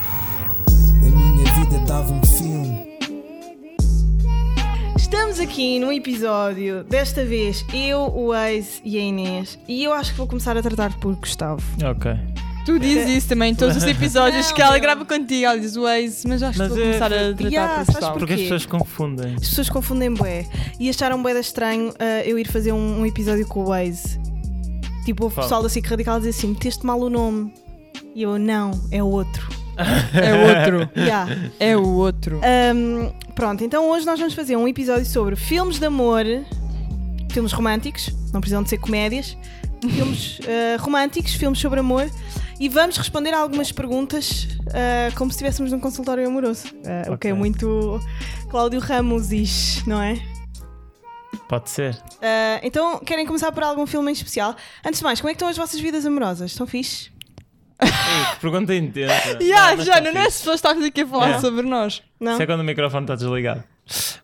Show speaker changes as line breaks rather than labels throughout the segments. A minha vida dava um filme.
Estamos aqui num episódio, desta vez eu, o Ace e a Inês, e eu acho que vou começar a tratar por Gustavo.
Ok.
Tu dizes isso também em todos os episódios
Não,
que ela
meu.
grava contigo. Ela diz Waze, mas acho
Mas
que vou
é-
começar a tratar
Yeah,
por
sabes
Gustavo.
Porque as pessoas confundem.
As pessoas confundem bué e acharam bué da estranho ah, eu ir fazer um, um episódio com o Waze. Tipo, o
Fala.
pessoal da SIC Radical a dizer assim: meteste mal o nome. E eu, não, é outro.
É o outro.
Yeah.
É o outro.
Ahm, pronto, então hoje nós vamos fazer um episódio sobre filmes de amor, filmes românticos, não precisam de ser comédias, filmes ah, românticos, filmes sobre amor, e vamos responder a algumas perguntas ah, como se estivéssemos num consultório amoroso. Ah, O que é
Ok.
muito Cláudio Ramos ish, não é?
Pode ser.
Ah, então, querem começar por algum filme em especial? Antes de mais, como é que estão as vossas vidas amorosas? Estão fixe?
Ei, que pergunta intensa.
Yeah,
mas
já,
tá
não
fixe.
é se pessoas estavam aqui a falar
É.
sobre nós.
assim, Não?
Isso é quando o microfone está desligado.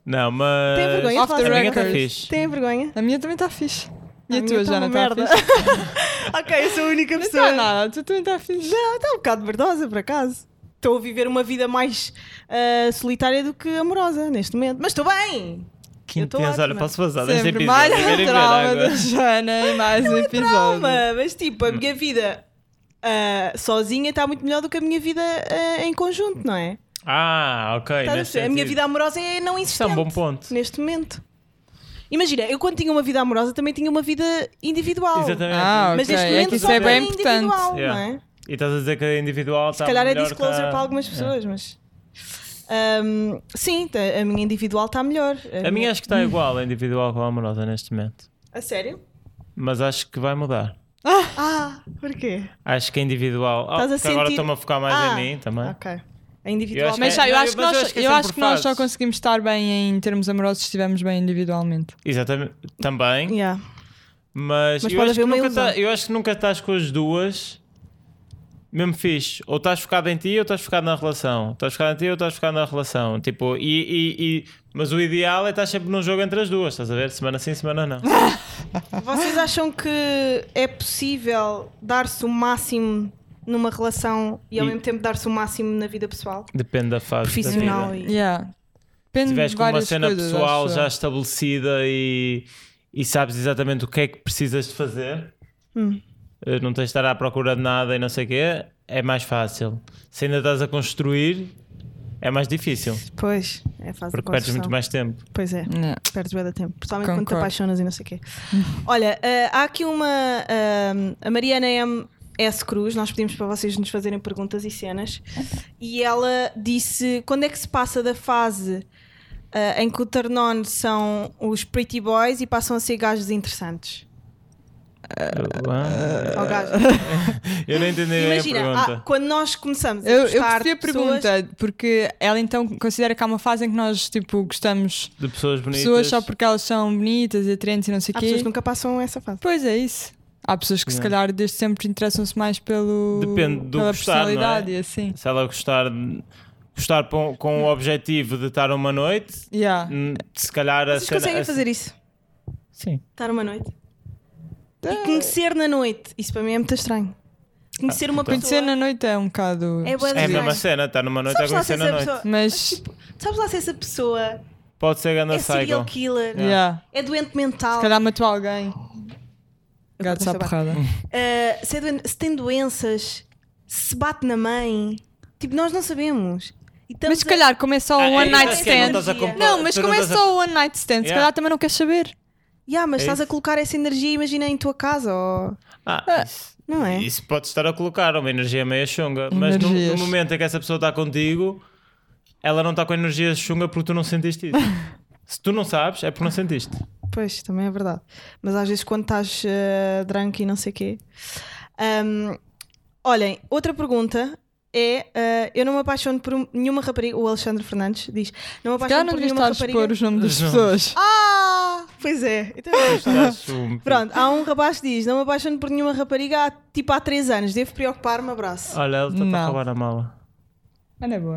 Não, mas.
Tem vergonha?
Off
Off
the
A minha está
record.
eh, tá fixe.
Têm vergonha?
A minha também está fixe. E
A
a,
minha tá
tua, Jana,
uma merda.
está fixe?
Ok, eu sou a única
Não
pessoa.
está nada, tu também está fixe.
Não, está um bocado verdosa, por acaso. Estou a viver uma vida mais ah, solitária do que amorosa neste momento. Mas estou bem!
Que
Eu tô
intensa. Olha,
ótima.
posso vazar deste
Sempre
episódio.
mais
Eu quero
um
ir ver
trauma
água.
da Jana e mais um episódio.
Calma, mas tipo, a minha vida ah, sozinha está muito melhor do que a minha vida ah, em conjunto, não é?
Ah, ok.
Estás a
nesse
perceber? A minha
sentido.
vida amorosa é não
Isto é
existente
um bom ponto.
neste momento. Imagina, eu quando tinha uma vida amorosa também tinha uma vida individual.
Exatamente.
Ah, ok.
Mas neste momento
é que isso
só
é bem
tenho
importante.
individual,
Yeah.
não é?
E estás a dizer que a individual tá
Se calhar é disclosure para algumas pessoas, mas. Ahm, sim, tá- a minha individual está melhor.
A minha é acho que está igual, a individual com a amorosa neste momento.
A É sério?
Mas acho que vai mudar.
Ah, porquê?
Acho que a individual. Oh,
Estás a
porque Agora
sentir-
estou-me a focar mais
Ah,
em mim também.
Ok. A individual.
é? Eu acho que
Mas já, eu
Não,
acho que
mas eu
nós,
acho que é
eu
sempre
acho que nós só
fases.
conseguimos estar bem em termos amorosos se estivermos bem individualmente.
Exatamente. Também.
Yeah.
Mas,
Mas
eu,
pode
acho
haver
que
uma
nunca
ilusão.
tá- eu acho que nunca estás com as duas mesmo fixe. Ou estás focado em ti ou estás focado na relação. Estás focado em ti ou estás focado na relação. Tipo, e, e- e- mas o ideal é estar sempre num jogo entre as duas, estás a ver? Semana sim, semana não.
Vocês acham que é possível dar-se o máximo numa relação e ao
E-
mesmo tempo dar-se o máximo na vida pessoal?
Depende da fase. Da
Profissional
vida.
e.
Yeah. Depende
Se tiveres
de
com uma
várias
cena
coisas,
pessoal
acho
já
eu.
estabelecida e, e sabes exatamente o que é que precisas de fazer,
Hum.
eh, não tens de estar à procura de nada e não sei o quê, é mais fácil. Se ainda estás a construir, é mais difícil.
Pois, é fácil.
Porque perdes muito mais tempo.
Pois é.
Yeah.
Perdes bué de tempo, principalmente quando te
Concordo. Uhum.
apaixonas e não sei o quê. Olha, eh, há aqui uma. eh, a Mariana M. S. Cruz, nós pedimos para vocês nos fazerem perguntas e cenas, e ela disse: quando é que se passa da fase eh, em que o turn on são os pretty boys e passam a ser gajos interessantes?
Eu- ah,
Ou gajos.
Eu não entendi bem é a
Imagina, ah,
pergunta.
quando nós começamos a
Eu, eu
gostar
percebi a
de pessoas-
pergunta, porque ela então considera que há uma fase em que nós tipo, gostamos
De pessoas
de
bonitas.
pessoas só porque elas são bonitas e atraentes e não sei o
há
quê.
pessoas que nunca passam essa fase.
Pois é isso. Há pessoas que se
Não.
calhar desde sempre interessam-se mais pelo
Depende do
pela
gostar, não é?
personalidade e assim.
Se ela gostar, gostar com, com o objetivo de estar uma noite,
Yeah.
hum, se calhar a
Vocês conseguem
é assim.
fazer isso?
Sim.
Estar uma noite?
É.
E conhecer na noite. Isso para mim é muito estranho. Conhecer uma pessoa.
Ah, Conhecer na noite é um bocado.
É bué tipo, da
É a
esquisito.
mesma
Mas-
cena, estar numa noite é
Sabes lá, se
acontecer
essa
na noite.
pessoa,
Mas.
sabes lá se essa pessoa
Pode ser ganda
é serial
cycle.
killer,
Yeah.
é doente mental,
Se calhar matou alguém.
Eu
Gato
vou
à
saber.
porrada.
eh, se, é doen- se tem doenças, se bate na mãe. Tipo, nós não sabemos. E estamos
Mas se
a-
calhar, como é só um
Ah,
one
é,
night
acho que é, não
stand.
estás a compa-
Não, mas
tu
como é
estás a-
só um one night stand, se
Yeah.
calhar também não queres saber.
Yeah, mas
É
estás a
isso.
colocar essa energia, imagina, em tua casa. Ou...
Ah, isso,
Não é?
isso pode estar a colocar uma energia meia chunga, mas no,
Energias.
no momento em que essa pessoa está contigo, ela não está com energia chunga porque tu não sentiste isso. Se tu não sabes, é porque não sentiste.
Pois, também é verdade. Mas às vezes quando estás eh, drunk e não sei o quê. Ahm, olhem, outra pergunta é: eh, eu não me apaixono por um- nenhuma rapariga. O Alexandre Fernandes diz: não me
Se
apaixono
calhar não
por
devias
nenhuma
estar a
rapariga.
expor os nomes das
Os nomes.
pessoas.
Ah! Pois é. Então,
Estás um-
pronto, há um rapaz que diz: Não me apaixono por nenhuma rapariga há tipo há 3 anos, devo preocupar-me, abraço.
Olha, ele está
Não.
a roubar a mala.
Ah, na boa.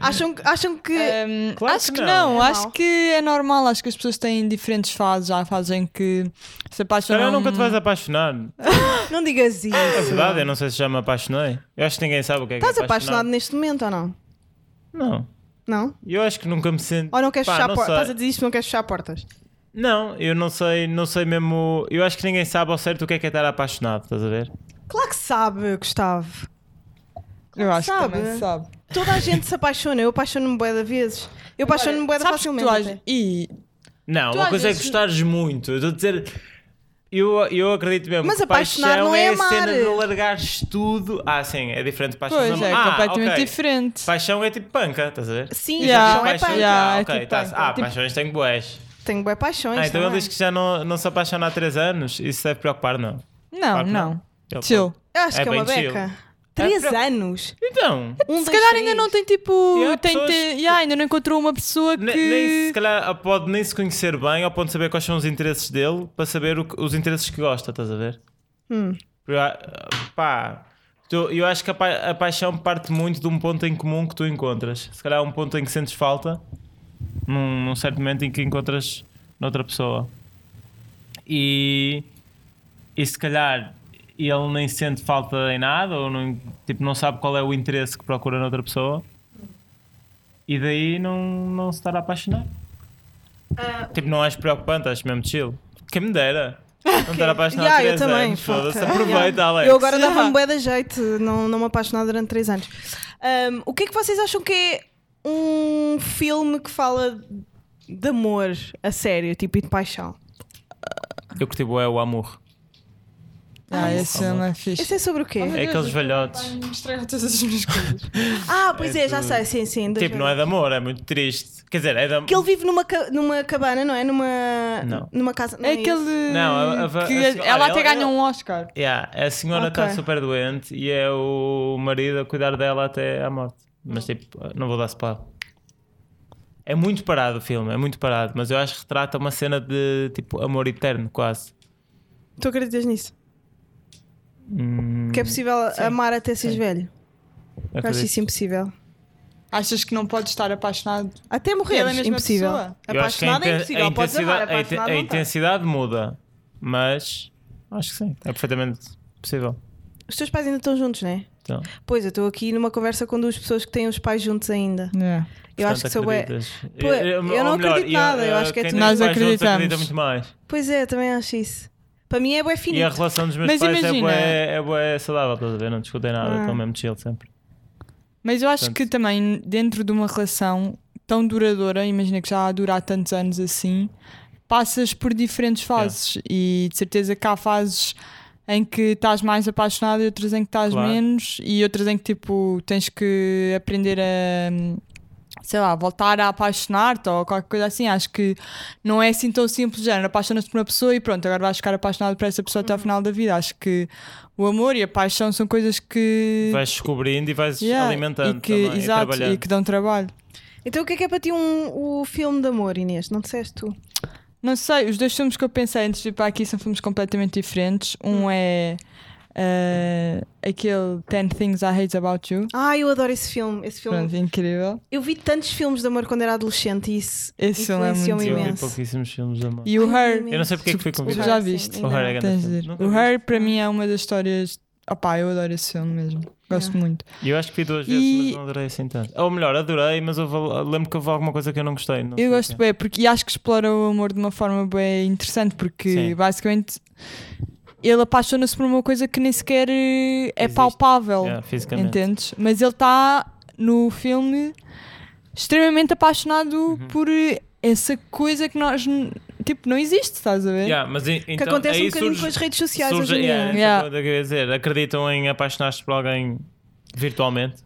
Acham, que- acham que.
Hum,
Claro
acho
que
que
não.
não,
É
acho
mau.
que é normal, acho que as pessoas têm diferentes fases, há fases em que se
Se calhar
apaixonam.
nunca te vais apaixonar.
Não digas isso.
É verdade, eu não sei se já me apaixonei. Eu acho que ninguém sabe o que é que
Estás
é
apaixonado neste momento ou não?
Não.
Não?
Eu acho que nunca me senti.
Ou não queres
Pá,
fechar
não
portas?
sei.
Estás a dizer isto não queres fechar portas?
Não, eu não sei, não sei mesmo. Eu acho que ninguém sabe ao certo o que é que é estar apaixonado, estás a ver?
Claro que sabe, Gustavo.
Eu acho
Sabe?
que também se sabe.
Toda a gente se apaixona. Eu apaixono-me bué de vezes. Eu apaixono-me bué de
Sabes que tu
facilmente.
às-
até.
E
Não,
Tu
uma
às
coisa é
vezes-
gostares muito. Eu estou a dizer. Eu, eu acredito mesmo
Mas
que
apaixonar
paixão
não é
a cena
amar.
de largares tudo. Ah, sim, é diferente de paixão.
pois
não-
é
ah,
completamente
ok.
diferente.
Paixão é tipo panca, estás a ver?
Sim,
Eu
Yeah.
já
não é
tive paixões,
punk.
Yeah.
ah,
é
ok,
tipo
tá-se.
panca.
Ah,
Tipo- é.
paixões tenho boés.
Tenho bué paixões.
Ah, então ele
também.
diz que já não, não se apaixona há 3 anos. Isso deve preocupar, não?
Não,
Claro que
não.
Ele-
Chill.
Eu acho
É
que é uma
bem chill.
beca. Três
pro-
anos.
Então,
Um,
Se
dois,
calhar
três.
ainda não tem tipo.
E há
tem,
pessoas
tem- yeah, ainda não encontrou uma pessoa que.
ne- nem se calhar pode nem se conhecer bem ao ponto de saber quais são os interesses dele para saber o que- os interesses que gosta, estás a ver?
Hum.
Porque, ah, Pá, tu- eu acho que a, pa- a paixão parte muito de um ponto em comum que tu encontras. Se calhar é um ponto em que sentes falta, num, num certo momento em que encontras noutra pessoa. E, e se calhar ele nem sente falta em nada, ou não, tipo, não sabe qual é o interesse que procura noutra pessoa. E daí não, não se estar a apaixonar.
Ah,
Tipo, não és preocupante, acho mesmo chill. Quem me dera. Não estar apaixonado
Yeah,
há
eu
3
também,
anos. Foda-se,
fuck.
aproveita, Alex.
Eu agora
Yeah.
dava-me bué de jeito, não, não me apaixonar durante três anos. Ahm, o que é que vocês acham que é um filme que fala de amor a sério, tipo, e de paixão?
Eu curti bué o amor.
Ah, esse não é fixe.
Isso é sobre o quê?
É aqueles velhotes.
Mostrar todas as minhas coisas.
Ah, pois é, já sei, sim, sim. dois
Tipo, não é
velhos.
de amor, é muito triste. Quer dizer, é de amor.
Que ele vive numa, ca- numa cabana, não é? Numa,
Não.
numa casa. não
É
isso?
aquele.
Não, a- a- a-
que
a senhora-
ela até
ela-
ganha um Oscar.
Yeah, é a senhora está
Ok.
super doente e é o marido a cuidar dela até à morte. Mas tipo, não vou dar spoiler. É muito parado o filme, é muito parado, mas eu acho que retrata uma cena de tipo amor eterno, quase.
Tu acreditas nisso?
Hum,
Que é possível amar até seres velho? Eu acho
acredito.
isso impossível.
Achas que não podes estar apaixonado
Até
pela
morrer,
mesma
impossível.
é pessoa?
Eu acho que a
Apaixonado é
inten-
impossível,
a
podes amar,
intensidade- a inten- é
apaixonado não
a
tá. estás.
intensidade muda, mas acho que sim, é perfeitamente possível.
Os teus pais ainda estão juntos, não é?
Então,
Pois, eu estou aqui numa conversa com duas pessoas que têm os pais juntos ainda.
É.
Eu acho que sou bué- Pô, eu não acredito nada, eu acho que é tudo-
Nós
acreditamos.
acreditamos.
muito mais.
Pois é, também acho isso. Para mim é bué
E a
finito.
relação dos meus
Mas
pais
imagina-
é, bué, é bué saudável, estás a ver? Não discutem nada,
Ah.
estão mesmo chill sempre.
Mas eu acho
Portanto-
que também dentro de uma relação tão duradoura, imagina que já dura há tantos anos assim, passas por diferentes fases e de certeza que há fases em que estás mais apaixonado e outras em que estás
Claro.
menos e outras em que tipo tens que aprender a sei lá, voltar a apaixonar-te ou qualquer coisa assim, acho que não é assim tão simples, já apaixonas-te por uma pessoa e pronto, agora vais ficar apaixonado por essa pessoa até ao
Uhum.
final da vida, acho que o amor e a paixão são coisas que
Vais descobrindo e vais
Yeah,
alimentando
e que,
também, e
exato,
trabalhando.
e que dão trabalho.
Então o que é que é para ti um, o filme de amor, Inês? Não disseste tu?
Não sei, os dois filmes que eu pensei antes de ir para aqui são filmes completamente diferentes. Um é eh, aquele Ten Things I Hate About You.
Ah, eu adoro esse filme. Esse filme.
Pronto, incrível.
Eu vi esse filmes de amor quando era adolescente e isso
Esse filme é
influenciou-me
muito
Eu vi
imenso.
pouquíssimos filmes de amor.
E o
Ai,
Her,
imenso.
Eu não sei porque é que fui
tu
convidado.
já
Sim,
viste.
ainda
O Her é
tens
grande
de
filme.
ver.
Nunca
O
vi.
Her para mim é uma das histórias. Opá, eu adoro esse filme mesmo. Gosto muito.
E Eu acho que vi duas vezes,
E-
mas não adorei assim tanto. Ou melhor, adorei, mas houve- lembro que houve alguma coisa que eu não gostei. Não sei
Eu
o quê.
gosto bem, porque e acho que explora o amor de uma forma bem interessante, porque
Sim.
basicamente ele apaixona-se por uma coisa que nem sequer eh, é
Existe.
palpável.
Yeah, fisicamente.
Entendes? Mas ele está no filme extremamente apaixonado
Uhum.
por eh, essa coisa que nós n- tipo não existe, estás a ver?
Yeah, mas e- então,
que acontece um
aí
bocadinho
surge-
com as redes sociais
surge, é,
hoje em dia.
yeah, essa
Yeah.
coisa que eu ia dizer, acreditam em apaixonar-se por alguém virtualmente?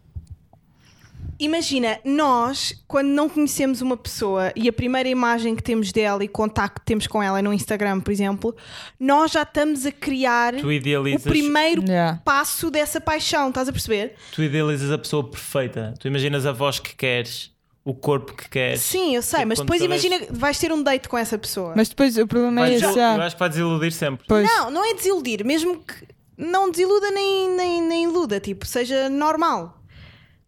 Imagina, nós, quando não conhecemos uma pessoa e a primeira imagem que temos dela e contacto que temos com ela é no Instagram, por exemplo, nós já estamos a criar
Tu
o
idealizas,
primeiro
Yeah.
passo dessa paixão, estás a perceber?
tu idealizas a pessoa perfeita. Tu imaginas a voz que queres, o corpo que queres.
Sim, eu sei,
Tipo,
mas
quando
depois
tu vês-
imagina que vais ter um date com essa pessoa.
Mas depois o problema
Vai
é
desilu-
esse.
eu
ah,
acho que vai desiludir sempre.
pois.
Não, não é desiludir, mesmo que não desiluda nem, nem, nem iluda, tipo, seja normal.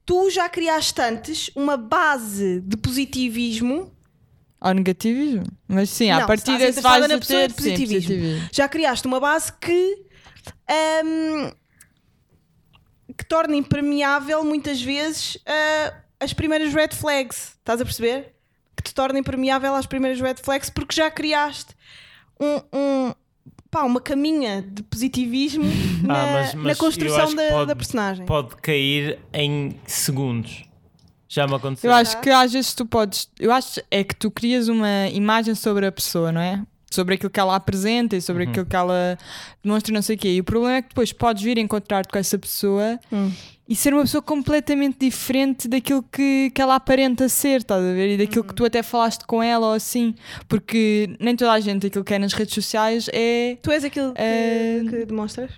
tu já criaste antes uma base de positivismo
Ao negativismo? Mas sim, à
Não,
partida
estás
se
interessada
vais
na
ter
pessoa
sim,
de positivismo.
positivismo.
Já criaste uma base que. hum, que torna impermeável muitas vezes ah, as primeiras red flags. Estás a perceber? Que te torna impermeável às primeiras red flags porque já criaste um. um- pá, uma caminha de positivismo na,
Ah, mas-
na
mas eu acho
construção
que
da,
pode-
da personagem.
Pode cair em segundos. Já me aconteceu.
Eu acho que às vezes tu podes. Eu acho é que tu crias uma imagem sobre a pessoa, não é? Sobre aquilo que ela apresenta e sobre aquilo que ela demonstra, e não sei o quê. E o problema é que depois podes vir encontrar-te com essa pessoa e ser uma pessoa completamente diferente daquilo que, que ela aparenta ser, estás a ver? E daquilo que tu até falaste com ela ou assim. Porque nem toda a gente aquilo que é nas redes sociais é.
Tu és aquilo que,
Eh,
que demonstras?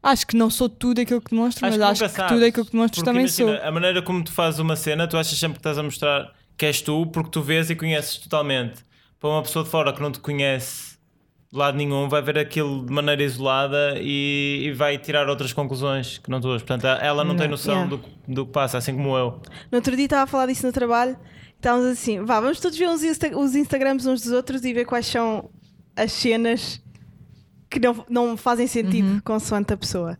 Acho que não sou tudo aquilo que demonstro, mas acho
nunca
que
sabes.
tudo é aquilo que demonstro
Porque
também
imagina,
sou.
A maneira como tu fazes uma cena, tu achas sempre que estás a mostrar que és tu, porque tu vês e conheces totalmente. Para uma pessoa de fora que não te conhece de lado nenhum, vai ver aquilo de maneira isolada e, e vai tirar outras conclusões que não tuas. Portanto, ela não tem noção
yeah.
do, que- do que passa, assim como eu.
No outro dia estava a falar disso no trabalho. Estávamos assim, vá, vamos todos ver uns Insta- os Instagrams uns dos outros e ver quais são as cenas que não, não fazem sentido
Uhum.
consoante a pessoa.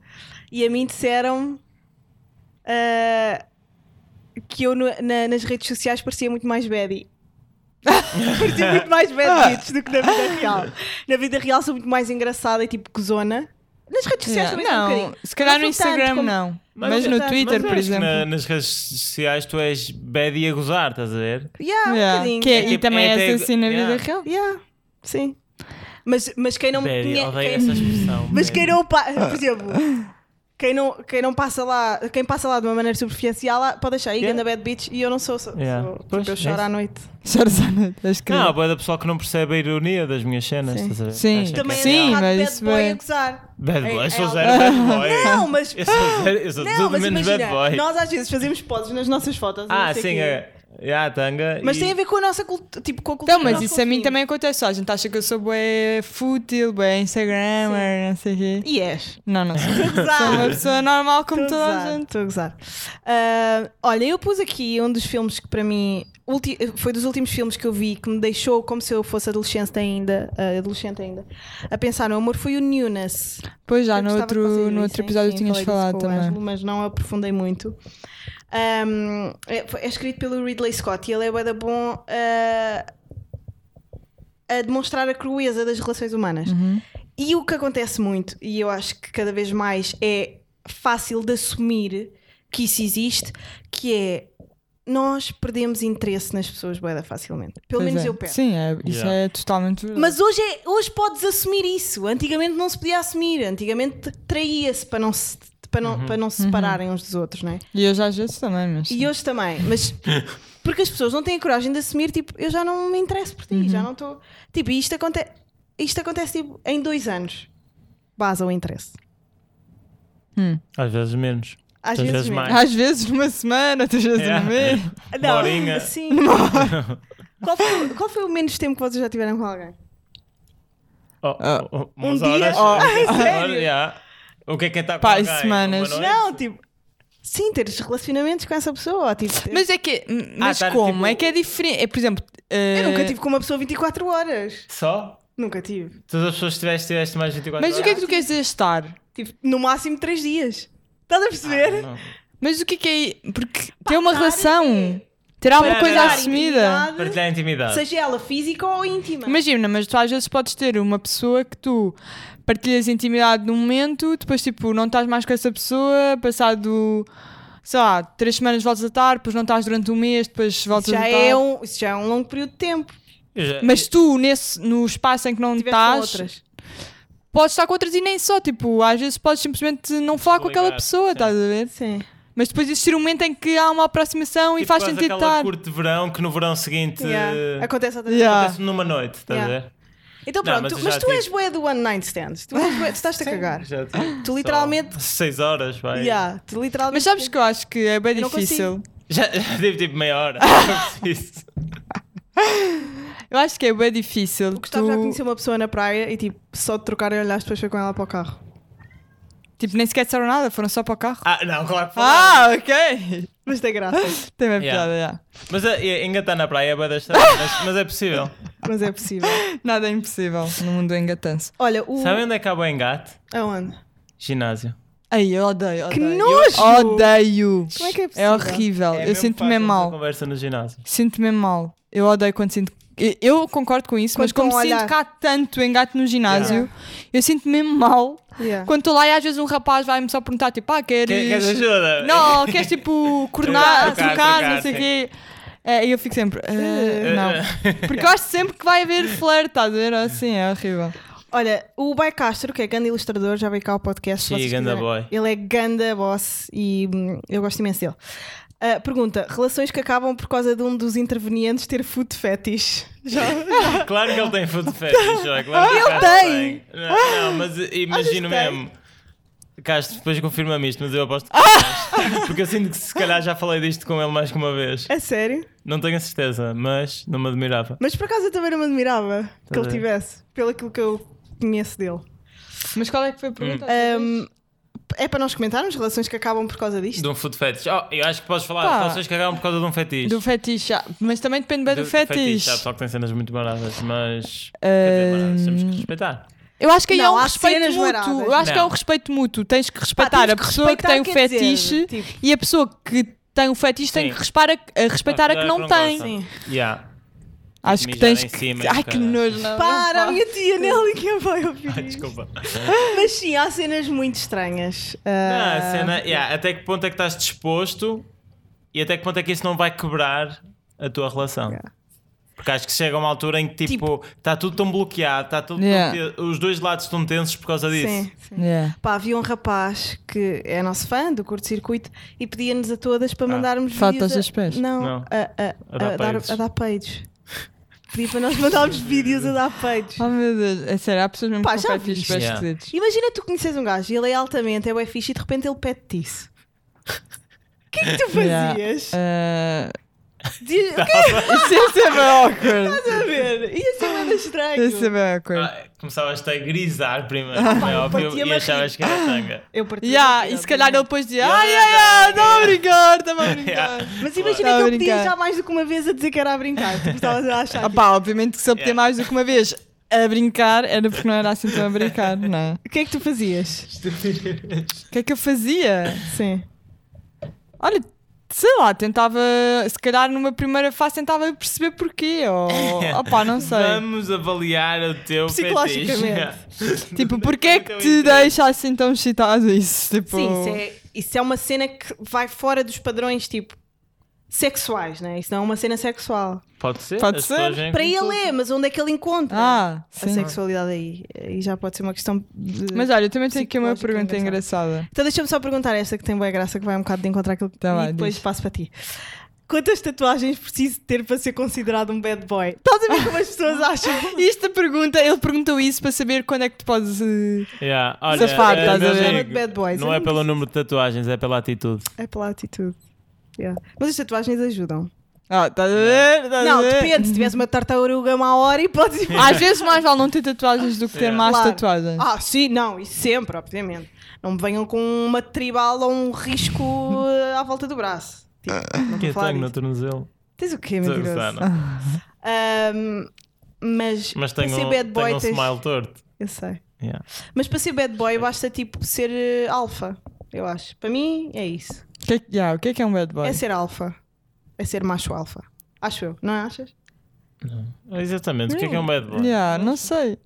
E a mim disseram ah, que eu no- na- nas redes sociais parecia muito mais baddie. parecia muito mais
Ah.
bad bitch do que na vida real. Na vida real sou muito mais engraçada e tipo cozona. Nas redes sociais
Yeah,
também sou um
não,
bocadinho.
se calhar
Não
no
sou tanto
Instagram
como-
não.
Mas
Mas,
não
no
tanto,
Mas
Twitter,
né? eu
por
acho que
exemplo.
na- nas redes sociais tu és bad e a gozar, estás a ver?
Yeah, um
Yeah,
bocadinho.
que é-
É
e
tipo-
também
é
é,
até-
assim na
yeah.
vida real.
Yeah, sim. Mas, mas quem não me
Bad,
conhe-
odeio
quem-
essa expressão.
Mas
bad.
quem não pa- por exemplo, quem não, quem não passa lá, quem passa lá de uma maneira superficial, ah, pode deixar aí,
Yeah.
ganda bad bitch, e eu não sou, sou,
Yeah.
sou- tipo,
Pois,
eu choro
é
à noite.
Choras à noite, és
Não,
querida.
boa da pessoal que não percebe a ironia das minhas cenas,
Sim.
estás a ver?
Sim.
Acha que é
Também
Sim,
é um bocado
mas
bad
isso
boy
é-
a gozar.
Bad boy,
É-
sou
é
zero
algo-
bad boy.
Não, mas-
Eu sou zero, eu sou
Não,
tudo
mas
menos
imagina,
bad boy.
nós às vezes fazemos poses nas nossas fotos. e não
Ah,
sei
sim,
quê.
é. é a tanga.
Mas
e-
tem a ver com a nossa cultura, tipo, com a cultura
Então, mas
que nós
isso a mim
consumimos.
também acontece. Só a gente acha que eu sou bué fútil, bué Instagrammer, não sei o quê.
E és.
Não, não sou. sou
Exato.
uma pessoa normal como
Estou
toda
a
a
gozar,
gente.
estou a gozar. Ah, olha, eu pus aqui um dos filmes que para mim ulti- foi dos últimos filmes que eu vi que me deixou como se eu fosse adolescente ainda, ah, adolescente ainda, a pensar no amor foi o Newness.
Pois já,
Eu
no
gostava de fazer
outro, no
isso,
outro
hein?
episódio
Sim,
tinhas
falei disso
falado
com o
também.
Ângelo, mas não aprofundei muito. Ahm, é, foi- é escrito pelo Ridley Scott e ele é bué da bom ah, a demonstrar a crueza das relações humanas.
Uhum.
E o que acontece muito, e eu acho que cada vez mais é fácil de assumir que isso existe, que é nós perdemos interesse nas pessoas bué da facilmente. Pelo
Pois
menos
é.
eu perco.
Sim, é- isso
Yeah.
é totalmente verdade.
Mas hoje, é- hoje podes assumir isso. Antigamente não se podia assumir. Antigamente traía-se para não se, para não, para não se separarem uns dos outros, não é?
E eu já às vezes também, mas.
E hoje também. Mas porque as pessoas não têm a coragem de assumir, tipo, eu já não me interesso por ti, já não estou. Tipo, e isto, aconte, isto acontece tipo, em dois anos. Base ao interesse.
Às vezes menos.
Às
Às
vezes,
vezes
mesmo.
mais.
Às vezes numa semana, outras vezes
Yeah.
no mês.
Não,
Borinha.
assim. qual, foi, qual foi o menos tempo que vocês já tiveram com alguém?
Oh,
Ah.
oh, oh, umas
Um dia? é
horas.
Oh,
Sério? O que é que é estar com
Pá, e
alguém?
semanas?
Uma noite?
Não, tipo. Sim, teres relacionamentos com essa pessoa. ou, Tipo,
Mas é que. Mas
tá,
como?
tipo-
É que é diferente. É, por exemplo.
eu
eh,
nunca tive com uma pessoa 24 horas.
Só?
Nunca tive.
Todas as pessoas que tiveste, tiveste mais 24
Mas o que é que tu queres dizer estar?
Tipo, no máximo 3 dias. Estás é a perceber?
Não.
Mas o que é que é. Porque ter uma
estar
relação. Ter alguma
Partilhar
coisa
a
assumida.
eh, intimidade,
Partilhar a intimidade.
Seja ela física ou íntima.
Imagina, mas tu às vezes podes ter uma pessoa que tu partilhas intimidade num momento, depois tipo, não estás mais com essa pessoa, passado, sei lá, três semanas voltas a estar, depois não estás durante um mês, depois voltas
isso, já
a
é
estar.
um, isso já é um longo período de tempo.
Eu já-
Mas tu, nesse, no espaço em que não
Tiveste com
estás,
outras.
podes estar com outras e nem só, tipo, às vezes podes simplesmente não falar com aquela
Desligar,
pessoa,
sim.
estás a ver?
Sim.
Mas depois existir um momento em que há uma aproximação e
tipo,
faz
quase
sentido
aquela
estar.
curto de verão que no verão seguinte eh,
Yeah. Acontece outra
Yeah.
acontece numa noite, estás a
Yeah.
ver?
vez. Então
Não,
pronto,
mas
tu-
eu
mas,
já
tu
tive.
és boé do one night stands. Tu, és bué- tu estás-te a cagar.
Já tive
Tu
só
literalmente-
seis horas, vai.
Yeah, tu literalmente.
Mas sabes que eu acho que é bem
Eu não
difícil.
Já, já tive tipo meia hora. Não é preciso.
Eu acho que é bem difícil.
o Gustavo
tu-
já conheceu uma pessoa na praia e tipo, só de trocar olhares depois foi com ela para o carro.
Tipo, nem sequer disseram nada, foram só para o carro.
Ah, não, claro que foi.
Ah, ok.
Mas tem graça.
Tem bem
Yeah.
piada, yeah.
Mas é, é, engatar na praia é bué da estranho, mas, mas é possível.
Mas é possível.
Nada é impossível no mundo do engatanço.
Olha, o.
Sabem onde é que há bom engate?
Aonde?
Ginásio.
Ai, eu odeio,
Que
odeio. Eu
nojo!
Odeio!
Como é que é possível?
É horrível.
É
eu
mesmo
sinto-me
fácil
mal.
essa conversa no ginásio.
Sinto-me mal. Eu odeio quando sinto. eu- Eu concordo com isso, mas
Quando estão
como
a olhar.
sinto cá tanto engate no ginásio, eu sinto-me mesmo mal.
Yeah.
Quando estou lá e às vezes um rapaz vai-me só perguntar, tipo, ah, queres.
Quer- Queres ajuda?
Não, queres tipo
Trocar,
cornar, trocar,
trocar,
não sei o
sim.
quê. É, E eu fico sempre, "Eh,
Eh,
não. Porque eu acho sempre que vai haver flerte, estás a ver? Assim, é horrível.
Olha, o Bai Castro, que é grande ilustrador, já veio cá ao podcast. se
Sim,
vocês
ganda
quiserem.
boy.
Ele é ganda boss e hum, eu gosto imenso dele. Ah, pergunta: relações que acabam por causa de um dos intervenientes ter food fetish? Já?
Claro que ele tem food fetish, ó, claro que
Ele
o Castro
tem!
Não, não, mas eh, imagino
tem.
mesmo. Castro, depois confirma-me isto, mas eu aposto que tens. Porque eu sinto que se calhar já falei disto com ele mais que uma vez.
É sério?
Não tenho a certeza, mas não me admirava.
Mas por acaso eu também não me admirava que
a
ele
ver.
tivesse, pelo aquilo que eu conheço dele.
Mas qual é que foi a pergunta?
Hum, é para nós comentarmos relações que acabam por causa disto?
De um food fetish. Oh, eu acho que podes falar,
Pá.
Pá. relações que acabam por causa de um fetiche.
Do fetiche, ah, mas também depende bem do, fetiche.
Há pessoal que tem cenas muito baratas, mas.
Eh,
Quer dizer, baratas, temos que respeitar.
Eu acho que aí
Não,
é um
há
respeito
cenas
mútuo.
baratas.
Eu acho que é um
Não.
respeito mútuo. Tens que respeitar
temos
a
que
pessoa que, tem o
respeitar, quer
fetiche
dizer, tipo-
e a pessoa que tem o fetiche tem
Sim.
que respeitar a, a respeitar a que não tem.
gosta.
Sim.
Yeah.
Acho que
Mijar
tens
em
que.
cima,
Ai que
caralho.
nojo, não.
Para, a
não,
minha tia Nelly que é vai ouvir.
Ai,
isto.
desculpa.
Mas sim, há cenas muito estranhas.
Não,
Ah,
a cena, yeah, até que ponto é que estás disposto e até que ponto é que isso não vai quebrar a tua relação?
Yeah.
Porque acho que chega uma altura em que tipo, está tudo tão bloqueado, está tudo tão
Yeah.
te- os dois lados estão tensos por causa disso.
Sim, sim.
Yeah.
Pá, havia um rapaz que é nosso fã do curto-circuito e pedia-nos a todas para mandarmos
Fotos
vídeos. a-
dos pés.
Não,
Ah. Não.
A, a-
A dar
a dar,
peidos.
a dar peidos. Pedia para nós mandarmos vídeos a dar peidos.
Oh meu Deus, é sério, há pessoas mesmo
Pá,
com
já
fetiches
viste?
bem
Yeah.
esquisitos.
Imagina tu conheces um gajo e ele é altamente, é o fixe e de repente ele pede-te isso. O que é que tu
Yeah.
fazias?
Ah,
Diz- O que é
Isso ia ser bem awkward.
que estás a ver? Ia ser muito
Isso é
estranho.
bem awkward.
Ah, começavas-te a grisar primeiro,
Ah,
como é óbvio,
partia-me
e
a
achavas que era tanga.
Eu partilho.
Yeah, e se calhar ele depois dizia: Ai, ai, ai,
yeah,
estava a brincar, estava a brincar.
Yeah.
Mas
Tá
imagina
a
que ele pedia
brincar.
já mais do que uma vez a dizer que era a brincar. Tu estavas a achar.
Ah,
que-
pá, obviamente que se eu pedir
Yeah.
mais do que uma vez a brincar, era porque não era assim tão a brincar, não é?
O que é que tu fazias?
O que é que eu fazia?
Sim.
Olha, sei lá, tentava, se calhar numa primeira fase tentava perceber porquê, ou opá, não sei.
Vamos avaliar o teu
Psicologicamente.
fetiche.
tipo, porquê é que
Então,
te
isso.
deixa assim tão excitado isso? Tipo,
Sim, isso é, isso é uma cena que vai fora dos padrões, tipo, sexuais, né? Isso não é uma cena sexual.
Pode ser?
Pode
as
ser.
pessoas vêm
Para
com tudo.
ele é, mas onde é que ele encontra
Ah,
a
sim.
sexualidade aí? E já pode ser uma questão de...
Mas olha, eu também tenho aqui uma
Psicológica
pergunta engraçada.
Então deixa-me só perguntar esta que tem boa graça, que vai um bocado de encontrar aquilo que
Tá
e
bem,
depois
diz.
passo para ti. Quantas tatuagens preciso ter para ser considerado um bad boy? Estás a ver como as pessoas acham?
Esta pergunta, ele perguntou isso para saber quando é que tu podes. eh,
Yeah, olha,
Safado,
eh,
estás
meu
a ver?
amigo,
Bad boys, eu
não é
não
pelo número de tatuagens, é pela atitude.
É pela atitude. Yeah. Mas as tatuagens ajudam.
Ah, estás a ver? Estás a
Não,
ver?
depende. Se tivesse uma tartaruga uma hora e podes ir
Às vezes mais vale não ter tatuagens do que ter mais
Claro.
tatuagens.
Ah, sim, não, e sempre, obviamente. Não me venham com uma tribal ou um risco eh, à volta do braço. Tipo, não
Que
vou
eu
falar
tenho no
disso.
tornozelo.
Tens o
É
quê,
Estou a
mentiroso?
gozar, não.
Ah,
Ahm, mas,
Mas
para
tenho,
ser
um-
bad boy,
tenho um
tens-
smile torto.
eu sei.
Yeah.
Mas para ser bad boy basta tipo ser eh, alfa, eu acho. Para mim é isso.
O que é que- yeah, o que é que é um bad boy?
É ser alfa. É ser macho alfa. Acho eu, não é, achas?
Exatamente, o que é que é um bad boy?
Yeah, não sei.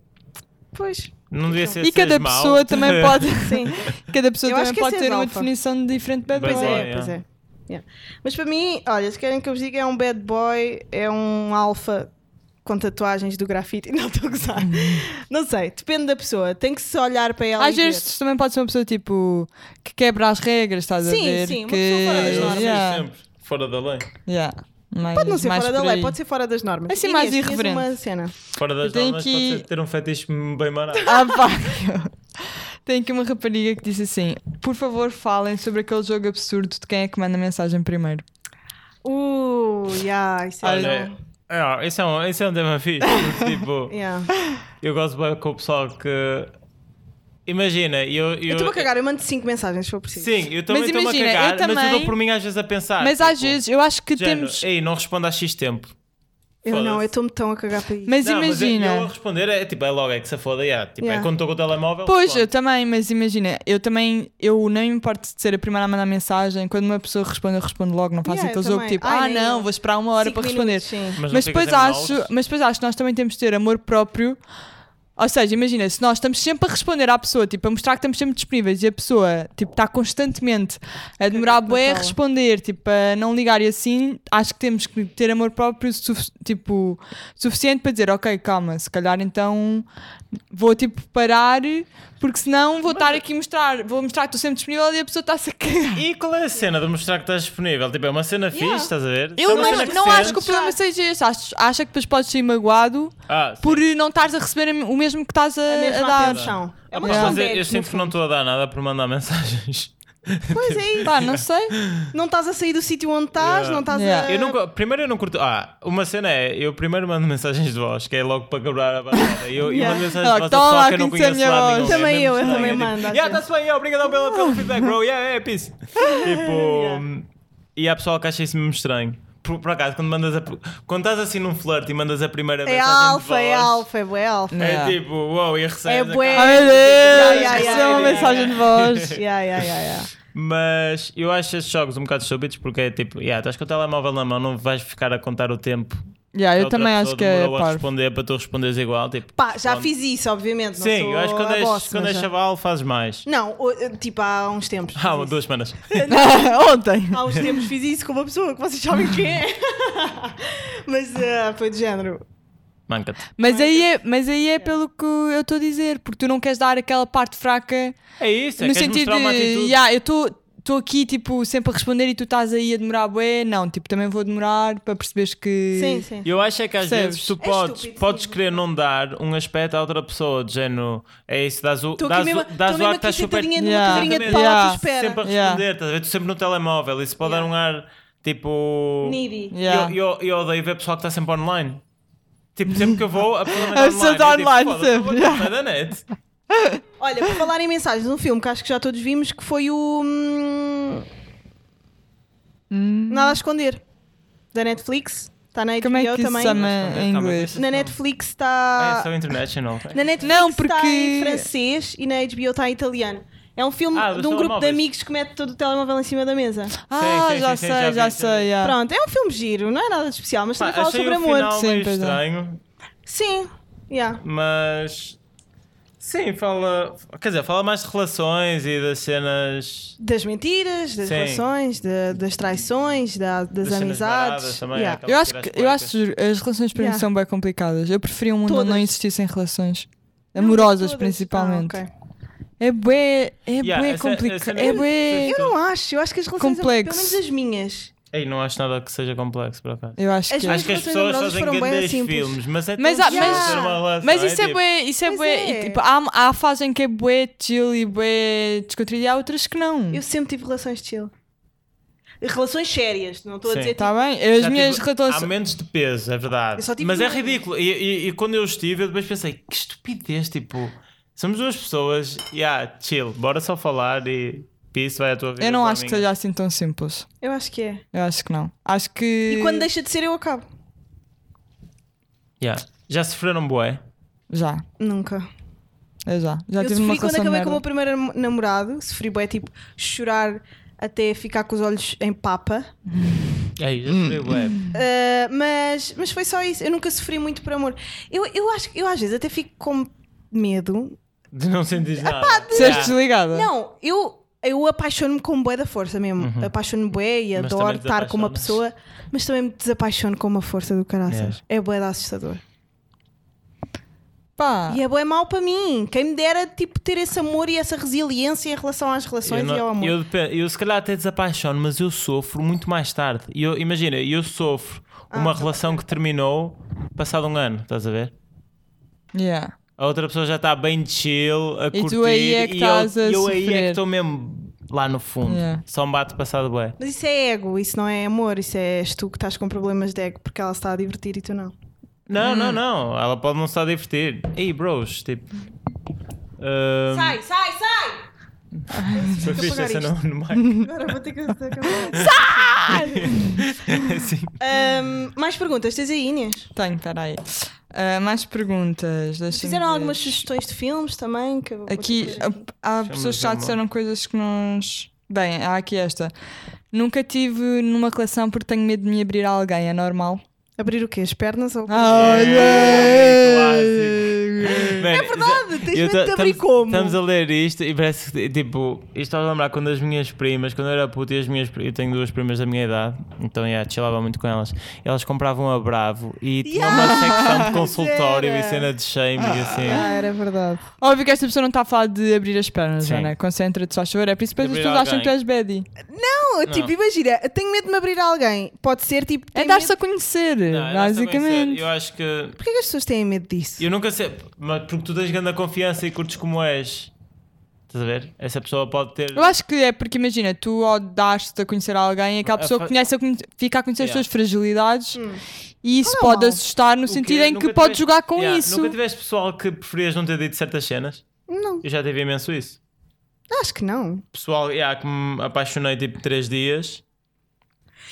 Pois,
Não devia ser
E cada
seres mau.
pessoa também pode.
sim.
Cada pessoa
Eu acho
também
que é
pode
seres
ter uma
alfa.
definição diferente de bad
Bad
boy.
Pois
boy,
é,
yeah.
pois é. Yeah. Mas para mim, olha, se querem que eu vos diga, é um bad boy, é um alfa com tatuagens do grafite. Não estou a gozar.
Hum.
Não sei, depende da pessoa. Tem que se olhar para ela.
Às
e ver.
vezes também pode ser uma pessoa tipo que quebra as regras, estás a
Sim,
ver?
sim, uma
que...
pessoa fora das
Eu
normas.
Yeah,
sempre fora da lei.
yeah. Mais-
Pode não ser
mais
fora da
por
lei,
aí.
pode ser fora das normas.
É assim mais
Inês, tinhas
irreverente.
uma cena.
Fora das
Eu tenho
normas
que-
pode ser ter um fetiche bem marado.
Ah, pá. Tem aqui uma rapariga que disse assim: Por favor, falem sobre aquele jogo absurdo de quem é que manda mensagem primeiro.
Uh, yeah, isso é
Olha,
bom.
é, esse, é um, esse é um tema fixe. porque, tipo,
Yeah.
eu gosto bem com o pessoal que. imagina, eu.
Eu estou-me a cagar, eu mando 5 mensagens se for preciso.
Sim, eu também
Mas
estou-me a
imagina, eu
cagar, mas eu
também-
dou por mim às vezes a pensar.
Mas
tipo,
às vezes, eu acho que
género, é,
temos.
Ei, não respondo há X tempo.
Eu não,
Foda-se.
eu estou-me tão a cagar para isso.
Mas
Não, mas eu-
imagina.
eu a responder é tipo, é logo, é que se foda, yeah. tipo,
Yeah.
é quando estou com o telemóvel.
Pois,
respondo.
eu também, mas imagina, eu também, eu não me importo de ser a primeira a mandar mensagem. Quando uma pessoa responde, eu respondo logo, não faço
Yeah, eu
aquele jogo
também.
tipo,
Ai,
ah,
nem eu.
não, vou esperar uma hora
Cinco
para responder.
minutos, sim.
Mas, não
Mas
ficas
depois,
em
acho,
monólogos?
mas depois acho que nós também temos de ter amor próprio. Ou seja, imagina, se nós estamos sempre a responder à pessoa, tipo, a mostrar que estamos sempre disponíveis e a pessoa, tipo, está constantemente a demorar bué a
tela.
responder, tipo, a não ligar e assim, acho que temos que ter amor próprio, suf- tipo, suficiente para dizer, ok, calma, se calhar então vou, tipo, parar, porque senão vou estar aqui a mostrar, vou mostrar que estou sempre disponível e a pessoa está-se a cagar.
E qual é a cena de mostrar que estás disponível? Tipo, é uma cena fixe, estás a ver? Se é
Eu
uma cena
não, não
sentes-
acho que o problema seja este, acho, acho é que depois podes ser magoado
Ah, sim.
por não estares a receber o mesmo que estás a,
A
a
mesma
dar.
atenção. É
Ah,
uma
pá,
questão
mas eu-
de
eu
egos, no
sinto que não
fundo.
estou a dar nada por mandar mensagens.
Pois é isso.
Pá, não sei.
Não estás a sair do sítio onde estás,
Yeah.
não estás
Yeah.
a.
Eu nunca, primeiro eu não curto. Ah, uma cena é, eu primeiro mando mensagens de voz, que é logo para quebrar a barreira. Eu, eu
Yeah.
mando mensagens de voz a
Toma,
pessoal que eu não
conhecer a
conheço
minha
lá
voz.
nenhum.
Também
mesmo
eu, eu
estranho,
também
é tipo,
mando às
Yeah,
vezes."
está-se bem, yeah, obrigadão pelo, pelo feedback, bro. Yeah, é, peace. Tipo, e há pessoal que acha isso mesmo estranho. Por, por acaso, quando mandas a, quando estás assim num flirt e mandas a primeira
É
mensagem de
alfa,
voz,
é alfa, é bué alfa.
É
Yeah.
tipo, uau, e
É
recebes a
bué.
Ai,
cara.
meu Deus,
ai, ai,
isso é uma
ai,
mensagem de voz.
Yeah, yeah, yeah, yeah.
Mas eu acho estes jogos um bocado estúpidos porque é tipo, yeah, estás com o telemóvel na mão, não vais ficar a contar o tempo.
Yeah, eu
outra
também
pessoa
acho que é
demorou a
parvo.
responder para tu responderes igual. Tipo,
Pá, já
responde.
fiz isso, obviamente. não
Sim,
sou
eu acho que quando
a
és,
boss,
quando
mas
és
já-
chaval fazes mais.
Não, o- eu, tipo, há uns tempos.
Ah, uma- duas semanas.
Ontem.
Há uns tempos fiz isso com uma pessoa que vocês sabem quem é. mas ah, foi de género.
Manca-te.
Mas aí, é, mas aí é pelo que eu estou a dizer, porque tu não queres dar aquela parte fraca
É isso, é
no
queres
sentido
mostrar uma
de,
atitude.
yeah, eu estou. Estou aqui, tipo, sempre a responder e tu estás aí a demorar bué. Não, tipo, também vou demorar para perceberes que...
Sim, sim.
Eu acho é que às
Percebes?
vezes tu
É
podes,
estúpido,
podes
sim.
querer não dar um aspecto à outra pessoa, de género, é isso, dás o,
Estou
dás
aqui
o,
mesmo,
dás
estou
o
mesmo
ar
aqui
que estás super
sentadinha numa
Yeah.
cadeirinha de
Exatamente.
pau à tua
Yeah.
espera.
sempre a responder,
Yeah.
estás a ver? Tu sempre no telemóvel, isso pode
Yeah.
dar um ar tipo.
Needy.
Yeah.
Eu, eu, eu odeio ver pessoal que está sempre online. Tipo, sempre que eu vou, a pessoa
A
não está
pessoa está
online.
online,
Eu, tipo, foda-se,
sempre,
eu vou
yeah.
estar na net.
Olha, por falar em mensagens, um filme que acho que já todos vimos que foi o. hum, Nada a esconder. Da Netflix. Está na HBO
Como é que isso se
também.
chama
Também.
em inglês?
Na Netflix tá
Ah, é
está.
só international.
Na Netflix
Não,
está em
porque-
francês e na HBO está em italiano. É um filme
Ah, dos
de um grupo de
telemóveis.
amigos que mete todo o telemóvel em cima da mesa.
Ah,
sim,
já
sim,
sei,
já
já,
vi, já
sei.
vi.
yeah.
Pronto, é um filme giro, não é nada de especial, mas
Pá,
também fala
achei
sobre
o
amor.
final meio
Sim, pois é.
estranho,
Sim, yeah.
mas. Sim, fala. Quer dizer, fala mais de relações e das cenas.
das mentiras, das
Sim.
relações, da- das traições, da- das,
cenas
amizades.
baratas também,
Yeah.
aquela-
Eu acho
tirar
que
as
eu
cuecas.
acho juro, as relações para
Yeah.
mim são bem complicadas. Eu preferia um mundo onde não
Todas.
existissem relações.
Não,
Amorosas,
todas.
principalmente.
Ah, ok.
É bué, é
Yeah, essa-
bué
essa
complicado.
não-
É bué...
Eu não acho, eu acho que as relações,
Complexo.
pelo menos as minhas.
Ei, não acho nada que seja complexo, por acaso.
Eu acho
As
que...
minhas
Acho que as
relações
pessoas
amorosas
fazem
foram bué
grandes
simples.
filmes, mas é tão
Mas há-
difícil
mas-
ter uma relação,
Mas isso é
tipo,
bué, isso é
Pois
bué,
é.
e, tipo, há, há fases em que é bué chill e bué descontraído e há outras que não.
Eu sempre tive relações chill. Relações sérias, não estou a
Sim.
dizer
Está
tipo,
Tá bem? Eu- As
Já
minhas
tive- é Há
relações...
menos de peso, é verdade.
Eu só tive
Mas é
um-
uma.
ridículo. E, e- e quando eu estive, eu depois pensei, que estupidez, tipo, somos duas pessoas, yeah, chill, bora só falar e isso vai à tua vida.
Eu não
para a
acho que
minha.
seja assim tão simples.
eu acho que é.
Eu acho que não. Acho que...
E quando deixa de ser, eu acabo.
Yeah. Já sofreram bué?
Já.
Nunca.
Eu já. Já
eu
tive uma
sofri quando
relação de
acabei com o
merda.
meu primeiro nam- namorado. Sofri bem, tipo, chorar até ficar com os olhos em papa.
Ei,
Hum.
já sofri bué.
Uhum.
Uh, mas, mas foi só isso. Eu nunca sofri muito por amor. Eu, eu acho que eu às vezes até fico com medo.
De não sentir nada.
Seste
Yeah.
desligada?
Não, eu, eu apaixono-me com bué da força mesmo.
Uhum.
Apaixono-me bué e
Mas
adoro
também
estar com uma
desapaixonas.
pessoa, mas também me desapaixono com uma força do caraças.
Yeah.
É bué da assustador.
Pá.
E é bué mau para mim. Quem me dera tipo, ter esse amor e essa resiliência em relação às
Eu,
relações
não-
e ao amor.
eu depen- eu se calhar até desapaixono, mas eu sofro muito mais tarde. E Eu, imagina, eu sofro
Ah,
uma
tá
relação que terminou passado um ano, estás a ver?
Yeah.
A outra pessoa já está bem chill, a
E tu
curtir.
aí é que
e
estás
eu,
a
e eu aí é que
sofrer.
estou mesmo lá no fundo.
Yeah.
Só me bate passado bué.
Mas isso é ego, isso não é amor, isso é és tu que estás com problemas de ego porque ela se está a divertir e tu não.
Hum.
Não, não, não. Ela pode não se estar a divertir. Ei, bros, tipo. Ahm,
Sai, sai, sai!
Foi
Vou apagar
fixe hum, essa no,
isto.
no mic.
Agora vou ter que acabar.
Sim.
Ahm, mais perguntas? Tens aí, Inês?
Tenho, peraí. Ah, mais perguntas. deixa-me
Fizeram
ver.
algumas sugestões de filmes também? Que eu vou ter
Aqui ah,
que ver
há há pessoas que já
ver uma.
disseram coisas que nós. Bem, há aqui esta. Nunca tive numa relação porque tenho medo de me abrir a alguém, é normal.
Abrir o quê? As pernas ou
um é
verdade, tens medo de abrir como?
Estamos a ler isto e parece que, tipo, isto estava a lembrar quando as minhas primas, quando eu era puto, e as minhas, pri- eu tenho duas primas da minha idade, então yeah, chilava muito com elas. Elas compravam a Bravo e tinha uma secção de consultório e
era.
cena de shame e assim.
Ah, era verdade.
Óbvio que esta pessoa não está a falar de abrir as pernas,
Sim.
Ana. Concentra-te, só chorar. É por isso que depois as
De abrir
pessoas acham que tu és
alguém.
baddie.
Não, tipo, imagina, eu tenho medo de me abrir a alguém. Pode ser tipo.
É
tenho
dar-se
medo- é
a conhecer,
Não, eu não sei bem sério,
basicamente.
Eu acho que.
Porquê que as pessoas têm medo disso?
Eu nunca sei. Mas porque tu tens grande confiança e curtes como és. Estás a ver? Essa pessoa pode ter.
Eu acho que é porque, imagina, tu ao dar-te a conhecer alguém, aquela
Ah,
pessoa
fa-
que conhece, a conhe- fica a conhecer
Yeah.
as tuas fragilidades
Hum.
e isso
Qual é o
pode
mal?
assustar no
O
sentido
quê?
em
Nunca
que pode
tiveste-
jogar com
Yeah,
isso.
Nunca tiveste pessoal que preferias não ter dito certas cenas?
Não,
Eu já tive imenso isso.
acho que não.
pessoal yeah, que me apaixonei tipo 3 dias.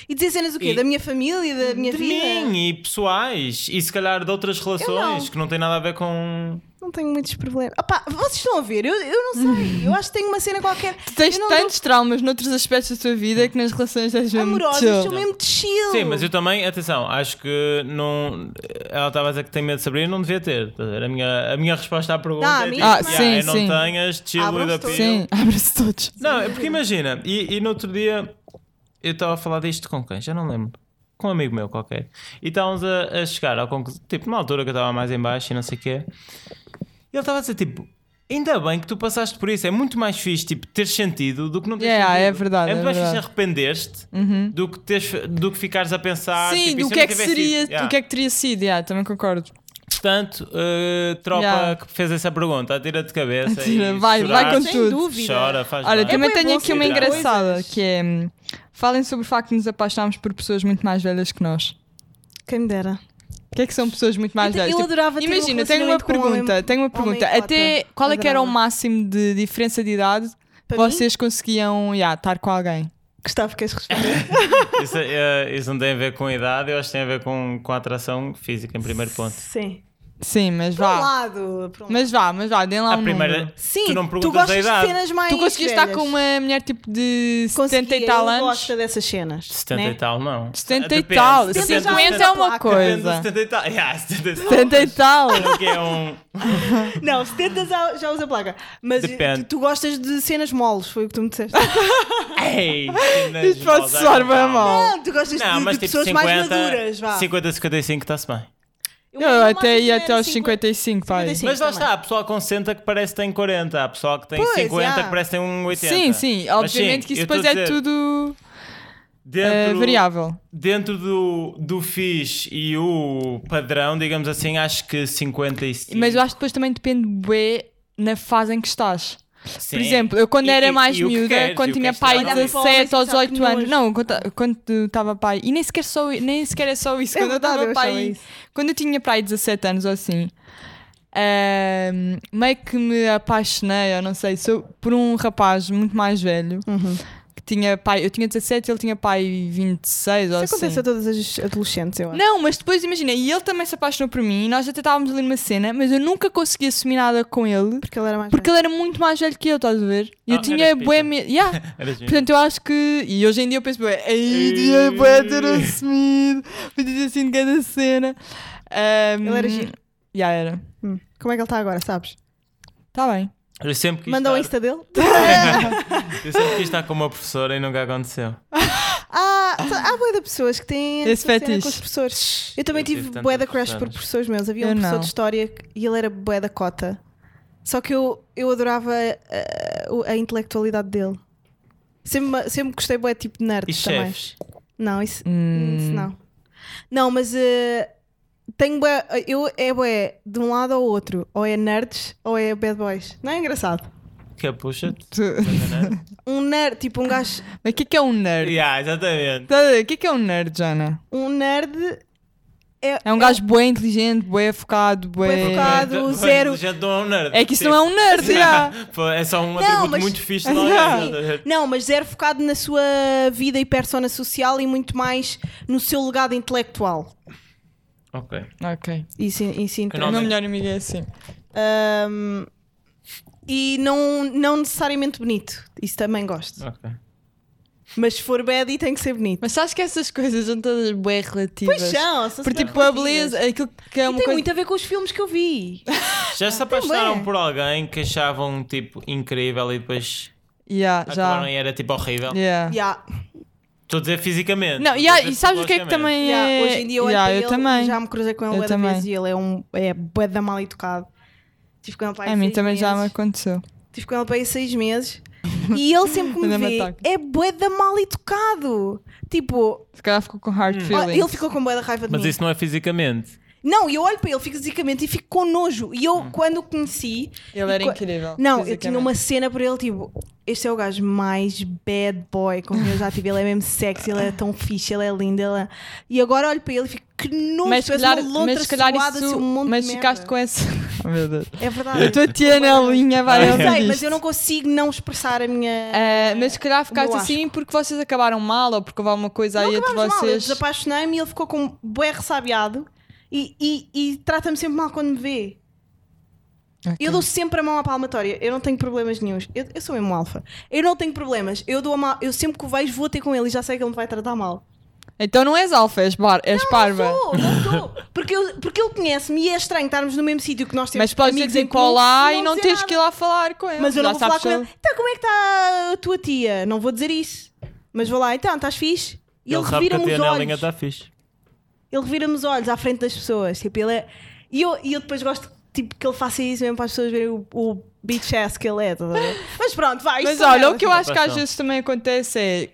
E dizer cenas o quê?
E-
Da minha família, da minha
de
vida?
mim e pessoais. E se calhar de outras relações
não.
que não têm nada a ver com.
Não tenho muitos problemas. Opá, vocês estão a ver? Eu, eu não sei. Eu acho que tenho uma cena qualquer.
Tu tens
Eu não
tantos traumas noutros aspectos da tua vida que nas relações das
dou-
é mesmo
amorosas,
chill.
sou mesmo de chill.
Sim, mas eu também, atenção, acho que não. Ela estava a dizer que tem medo de saber e não devia ter. Estás a ver? A minha, a minha resposta à pergunta
Não, a
é
minha
tipo,
também. Ah, sim,
eu não
sim.
tenhas chill
Abram-se
da
todos.
Sim, abre-se todos.
Não, é porque imagina, e, e no outro dia eu estava a falar disto com quem? Já não lembro. Com um amigo meu qualquer. E estávamos a, a chegar ao conclusão, tipo, numa altura que eu estava mais em baixo e não sei o quê. E ele estava a dizer, tipo, ainda bem que tu passaste por isso. É muito mais fixe, tipo, ter sentido do que não ter
Yeah,
sentido.
é verdade,
É muito
é
mais
verdade.
fixe arrepender-te do, que teres, do que ficares a pensar.
Uhum. Sim,
tipo, "E
do
se
que
eu
é
não
que
tivesse
seria,
ido?" Yeah.
do que é que teria sido, yeah, também concordo.
Portanto, eh, tropa
Yeah.
que fez essa pergunta, atira de cabeça.
Atira,
e
vai- vai
chorar,
com tudo.
Sem dúvida. É
Chora, faz
Olha,
bem.
também
bué
tenho
bom
aqui uma
considerar
engraçada
coisas.
que é hum, falem sobre o facto de nos apaixonarmos por pessoas muito mais velhas que nós.
Quem me dera.
O que é que são pessoas muito mais
Eu te-
velhas? Tipo,
eu adorava ter um
imagina, tenho uma
relacionamento com um
pergunta,
homem-
tenho uma
homem
pergunta.
idiota.
Até qual é que era o
Adorava.
máximo de diferença de idade que
Para
vocês conseguiam yeah, estar com alguém?
Gustavo, queres responder?
Isso, eh, isso não tem a ver com idade, eu acho que tem a ver com, com a atração física em primeiro ponto.
Sim.
Sim, mas
Para um
vá.
lado. para um
Mas vá, mas vá, deem lá
A
um
primeira,
número.
Sim,
tu não
tu,
perguntas
gostas
a
de
idade.
cenas mais.
Tu conseguias estar
velhas.
com uma mulher tipo de 70
Conseguia,
e tal
eu
anos?
gosto dessas cenas.
70
né?
e tal, não.
70 e
Depende,
tal,
70,
50 é
70,
uma
depende do
coisa.
70 e tal. Yeah, 70 e tal.
70 e tal.
Acho que é um.
Não, 70 já, já usa placa. Mas
Depende.
tu, tu gostas de cenas moles, foi o que tu me disseste.
Ei!
Isto pode soar bem mal.
Não, Ah, tu gostas
Não,
de,
mas
de
tipo
pessoas
50,
mais maduras, vá.
50, 55 está-se bem.
Eu até ia até aos 55, pai.
55. Sim,
mas lá
também.
está, há pessoal com 60 que parece que tem 40, há pessoal que tem
Pois,
50
yeah.
que parece que tem um 80.
Sim, sim,
Mas
obviamente que
eu
isso
estou
depois
a
é
dizer,
tudo eh,
dentro-
variável.
Dentro do, do fixe e o padrão, digamos assim, acho que 55.
Mas eu acho que depois também depende bué na fase em que estás.
Sim.
Por exemplo, eu quando
E-
era
e-
mais
e o que
miúda,
queres, e
quando
o
tinha
que queres
pai
também.
Olhar para o homem
17 ou
e pensar é que
18 anos,
nojo.
não, quando- quando estava pai, e nem sequer, só, nem sequer é só isso,
É
quando
verdade,
eu
eu
estava
achava
pai,
isso.
quando eu tinha pai 17 anos ou assim, ahm, meio que me apaixonei, eu não sei, sou- por um rapaz muito mais velho,
Uhum.
que tinha pai, eu tinha 17 ele tinha pai 26 ou
Isso
assim.
acontece a todas as adolescentes, eu acho.
Não, mas depois imagina, e ele também se apaixonou por mim, e nós até estávamos ali numa cena, mas eu nunca consegui assumir nada com ele,
Porque ela era mais.
porque ele era muito mais velho que eu, estás a ver? E eu
Ah,
tinha
eras
bué
pita.
medo. Yeah.
Era giro.
Portanto, eu acho que. E hoje em dia eu penso, bué, ai, tinha bué ter assumido, podia assim de cada cena. Ahm,
Ele era giro.
Já era.
Hum. Como é que ele está agora, sabes?
Está bem.
Eu sempre quis
Mandou o
estar,
Insta dele?
um
Eu sempre quis estar com uma professora e nunca aconteceu.
Ah, há bué de pessoas que têm
Esse
essa cena
fetiche.
com os professores. Eu também
Eu tive
tive
tantas
bué da crush por
professoras.
professores meus. Havia
Eu
um professor
não.
de história que- e ele era bué da cota. Só que eu, eu adorava eh, o- a intelectualidade dele. Sempre, ma- sempre gostei bué tipo de nerd
E
também.
chefes?
Não, isso,
Hum.
isso não. Não, mas eh, tenho bué, eu é bué de um lado ao outro. Ou é nerds ou é bad boys. Não é engraçado?
Que é puxa-te.
Tu-
Um nerd, tipo um gajo,
Mas o que é que é um nerd?
yeah, exatamente.
Tá a ver? O que é que é um nerd, Jana?
um nerd
É um gajo bué inteligente, bué focado, bué...
Bué focado. Dado zero.
Já dou um nerd.
É que isso não é um nerd, já.
É só um atributo
mas-
muito fixe é? de nós.
Sim. Não, mas zero focado na sua vida e persona social e muito mais no seu legado intelectual.
Ok.
Ok.
Isso, isso
Eu
entendo.
não-
O meu melhor amigo é assim.
Ahm, e não, não necessariamente bonito. Isso também gosto.
Ok.
Mas se for bad, tem que ser bonito.
Mas sabes que essas coisas são todas bué relativas.
Pois são, são
Porque
super
tipo, a
relativas.
beleza, aquilo que é
E
uma
tem
coisa...
muito a ver com os filmes que eu vi.
Já
Ah,
se apaixonaram
é.
bué.
por alguém que achavam tipo incrível e depois
Yeah,
acabaram
já.
e era tipo horrível? Estou
é Yeah.
Yeah.
a dizer fisicamente.
Não,
estou
yeah,
a dizer
e sabes o que é que
psicologicamente.
também
Yeah,
é...
Hoje em dia eu olho
Yeah,
para
eu
ele,
também.
já me cruzei com ele
Eu
bué da
também.
vez e ele é um é bué da mal educado. Tive com ele tá assim, para aí
A mim
seis
também já me
meses.
aconteceu.
Tive com ele para aí seis meses e ele sempre que me
Ainda me
vê
ataca.
é bué da mal educado. Tipo,
Se calhar ficou com hard
ó,
feelings.
ele ficou com bué da raiva de
Mas
mim.
isso não é fisicamente.
Não, eu olho para ele fisicamente e fico com nojo. E
Hum.
eu, quando o conheci...
Ele
e
era
co-
incrível,
Não, eu
fisicamente.
tinha uma cena por ele, tipo... Este é o gajo mais bad boy com quem eu já tive. Ele é mesmo sexy, ele é tão fixe, ele é lindo. Ele é- E agora olho para ele e fico... Que nojo,
Mas se
parece
calhar,
uma lontra
mas se calhar
suada, assim,
isso...
um monte
mas
de
ficaste
merda.
com essa... Oh, meu Deus.
É verdade.
Eu estou a tia na linha, vai. é
Eu
outra
sei, mas
disto.
eu não consigo não expressar a minha...
Ah, mas se calhar ficaste
meu
assim porque vocês acabaram mal ou porque houve alguma coisa aí entre
Acabámos mal, eu
vocês.
desapaixonei-me e ele ficou com um bué ressabiado e, e- e trata-me sempre mal quando me vê.
Ok.
Eu dou sempre a mão à palmatória, eu não tenho problemas nenhuns. Eu, eu sou mesmo alfa. Eu não tenho problemas. Eu dou a mão, eu sempre que o vejo vou ter com ele e já sei que ele me vai tratar mal.
Então não és alfa, és, bar... és parva.
Sou, não sou. Porque, eu- porque ele conhece-me e é estranho estarmos no mesmo sítio que nós temos
Mas podes dizer
amigos em
tipo
comum
olá
e
e não
dizer
tens
nada.
que ir lá falar com ele.
Mas eu
Já
não vou falar
sabes
com ele.
que
Então, como é que está a tua tia? Não vou dizer isso. Mas vou lá, então, estás fixe? E ele,
sabe que a
revira-me os
Tiana
olhos.
Linha está fixe.
Ele vira-me os olhos à frente das pessoas. Tipo, ele é... e, eu, e eu depois gosto tipo, que ele faça isso mesmo para as pessoas verem o, o bitch ass que ele é. estás a ver? Mas pronto, vai. é assim,
Mas
isto são
olha, o
merdas.
que eu acho que às
Paixão.
vezes também acontece é.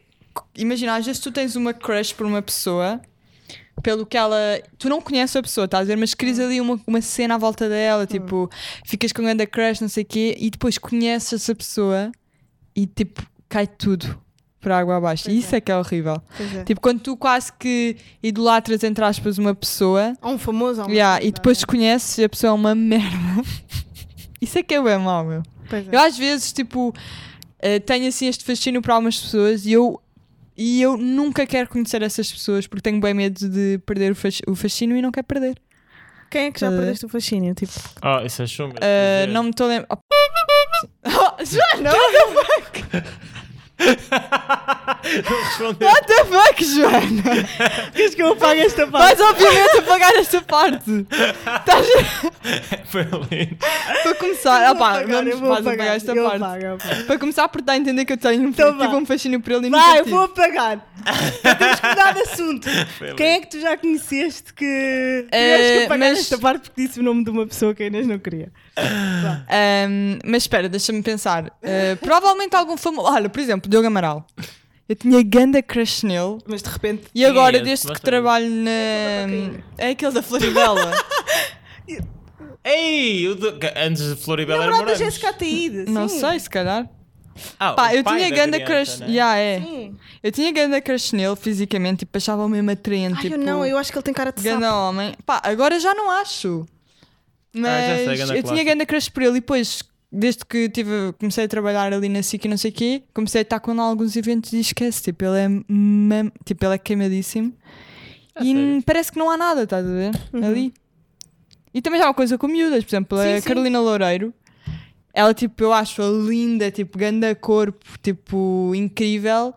Imagina, às vezes tu tens uma crush por uma pessoa, pelo que ela. Tu não conheces a pessoa, estás a ver? Mas queres ali uma, uma cena à volta dela, tipo, ficas com grande crush, não sei o quê, e depois conheces essa pessoa e tipo, cai tudo para água abaixo. E isso é. que é horrível.
Pois é.
Tipo, quando tu quase que idolatras, entre aspas, uma pessoa,
Há um famoso. há um-
yeah, e depois conheces e a pessoa é uma merda. isso é que é bem mau, meu.
Pois é.
Eu às vezes, tipo, eh, tenho assim este fascínio para algumas pessoas e eu, e eu nunca quero conhecer essas pessoas porque tenho bem medo de perder o, fasc- o fascínio e não quero perder.
Quem é que já
Estás a ver?
perdeste o fascínio? Tipo,
Ah, isso é chumbo.
Eh,
Quer dizer,
não me estou a lembrar. Oh, Joana,
respondeu.
what the fuck, Joana?
queres que eu apague esta
Vais obviamente apagar esta parte. Estás
Foi lindo.
para começar. Ah, pá, vamos vais apagar esta parte. Para começar, por estar a entender que eu tenho um-
Então vá.
tipo, um fascínio por ele e nunca
Vai, eu
tive.
vou apagar. Temos que mudar de assunto.
Foi
Quem é
lindo.
que tu já conheceste que.
Eh,
Tiveste que apagar
mas-
esta parte porque disse o nome de uma pessoa que a Inês não queria.
Ahm, mas espera, deixa-me pensar. Ah, provavelmente algum famoso. Olha, por exemplo, Diogo Amaral. Eu tinha ganda crush nele.
Mas de repente.
E agora,
é esse?
desde que
Bastante.
trabalho
É aquele da
na. É aquele da Floribela.
Ei, o do- antes de Floribela era
Namorado da
morando.
Jéssica Ataíde.
Não
sim.
sei, se calhar.
Ah, o
Pá, eu
pai
tinha
da
ganda
criança,
crush.
né?
Yeah, é.
Sim.
Eu tinha ganda crush nele fisicamente, tipo, achava-o mesmo atraente.
Ai,
tipo,
eu não, eu acho que ele tem cara de sapo.
Ganda homem. Pá, agora já não acho. Mas
Ah, já sei,
eu
ganda
tinha
clássico.
ganda crush por ele e depois, desde que tive, comecei a trabalhar ali na SIC e não sei o quê, comecei a estar com ele a alguns eventos e esquece. Tipo, ele é, mam- tipo, ele é queimadíssimo. e
sério?
parece que não há nada, estás a ver? Ali. E também já há uma coisa com miúdas, por exemplo,
Sim,
a
sim.
Carolina Loureiro. Ela, tipo, eu acho-a linda, tipo, ganda corpo, tipo, incrível,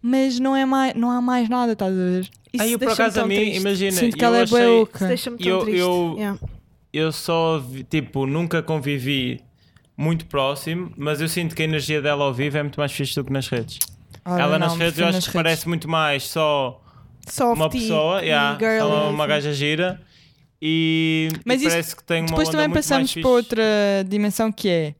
mas não, é mais, não há mais nada, estás a ver?
Ah, eu, por
deixa-me
acaso, a
tão
mim,
triste.
imagina,
Sinto que
eu
ela é
achei-
bué
Isso
oca.
deixa-me tão
Eu-
triste.
eu-
Yeah.
eu só, vi- tipo, nunca convivi muito próximo, mas eu sinto que a energia dela ao vivo é muito mais fixe do que nas redes.
Ora,
Ela nas
não,
redes eu
prefiro
acho
nas
que
redes.
parece muito mais só
Soft
uma
e-
pessoa,
e
yeah,
girly,
só uma
assim.
gaja gira e, e
Mas isso-
parece que tem uma
Depois
onda
também
muito mais
passamos
fixe.
para outra dimensão que é.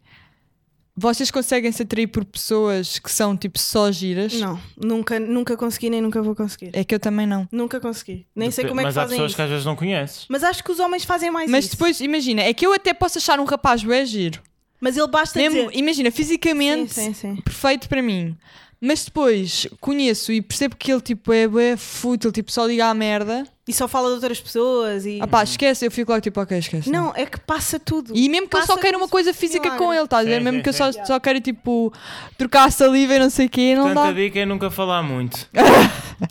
Vocês conseguem se atrair por pessoas que são tipo só giras?
Não, nunca, nunca consegui nem nunca vou conseguir.
É que eu também não.
Nunca consegui. Nem sei como é que
Mas há
fazem
pessoas
isso.
que às vezes não conheces.
Mas acho que os homens fazem mais
Mas
isso.
depois, imagina, é que eu até posso achar um rapaz bem giro.
Mas ele basta
Mesmo,
dizer...
imagina, fisicamente
Sim, sim, sim.
perfeito para mim. Mas depois conheço e percebo que ele tipo é bué fútil, tipo só liga à merda.
e só fala de outras pessoas e.
Ah pá, esquece, eu fico logo tipo, ok, esquece.
Não, é que passa tudo.
E mesmo que eu só
Passa
queira uma
tudo,
coisa física
senhora.
com ele, estás a ver?
Sim,
Mesmo
sim,
que eu só,
sim.
só queira tipo trocar a saliva e não sei o quê, não
Portanto, a
dá.
dica é nunca falar muito.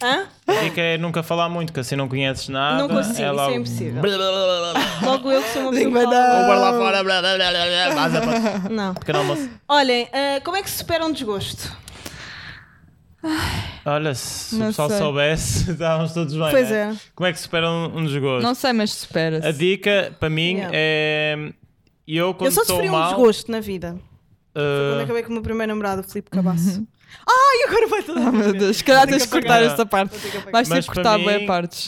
Hã?
A dica é nunca falar muito, que assim não conheces nada.
Não consigo,
é
isso
logo...
é impossível.
Blá, blá, blá, blá, blá.
Logo eu que sou uma pessoa.
Língua
que fala-
da-
Ou bora lá fora. blá, blá, blá, blá, blá, vaza para-
Não.
Pequeno almoço.
Olhem, ah, como é que se supera um desgosto?
Olha, se o
Não
pessoal
sei.
soubesse, estávamos todos bem.
Pois
né?
é.
Como é que supera um, um desgosto?
Não sei, mas
A
espera-se.
dica para mim
Yeah.
é. Eu, quando
eu só
estou
sofri um
mal,
desgosto na vida. Quando é
eh,
acabei com o meu primeiro namorado, o Filipe
Uhum.
Cabasso. Ai, agora vai toda a
Ah, meu
gente.
Deus, se calhar
Vou ter
tens de
que
cortar
apagar.
esta parte.
Vou ter que apagar.
Vais ter
Mas
que cortar
para
bem
mim-
partes.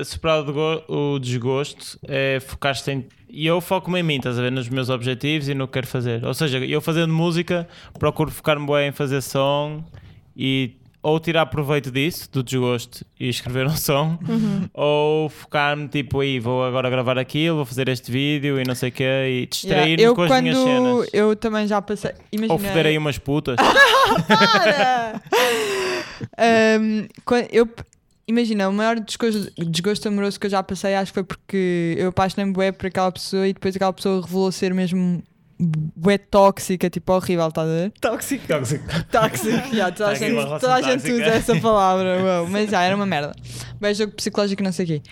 Uh, superar o dego- o desgosto é focar-te em. E eu foco-me em mim, estás a ver? Nos meus objetivos e no que quero fazer. Ou seja, eu fazendo música, procuro focar-me bem em fazer som e ou tirar proveito disso, do desgosto, e escrever um som,
Uhum.
ou focar-me tipo, aí vou agora gravar aquilo, vou fazer este vídeo e não sei o quê, e
Yeah,
distrair-me
Eu
com as minhas
quando.
cenas.
Eu também já passei.
Ou
Imagina.
foder aí umas putas.
Ahm, quan- eu p- imagina, o maior desgosto, desgosto amoroso que eu já passei acho que foi porque eu apaixonei-me bué por aquela pessoa e depois aquela pessoa revelou ser mesmo bué tóxica, tipo horrível, estás a ver?
Tóxico.
Tóxico.
Tóxico, já,
Tá
toda a
aqui
gente,
uma relação
toda a gente
tóxica.
usa essa palavra, uau, mas já, era uma merda. Bem jogo psicológico, e não sei o quê.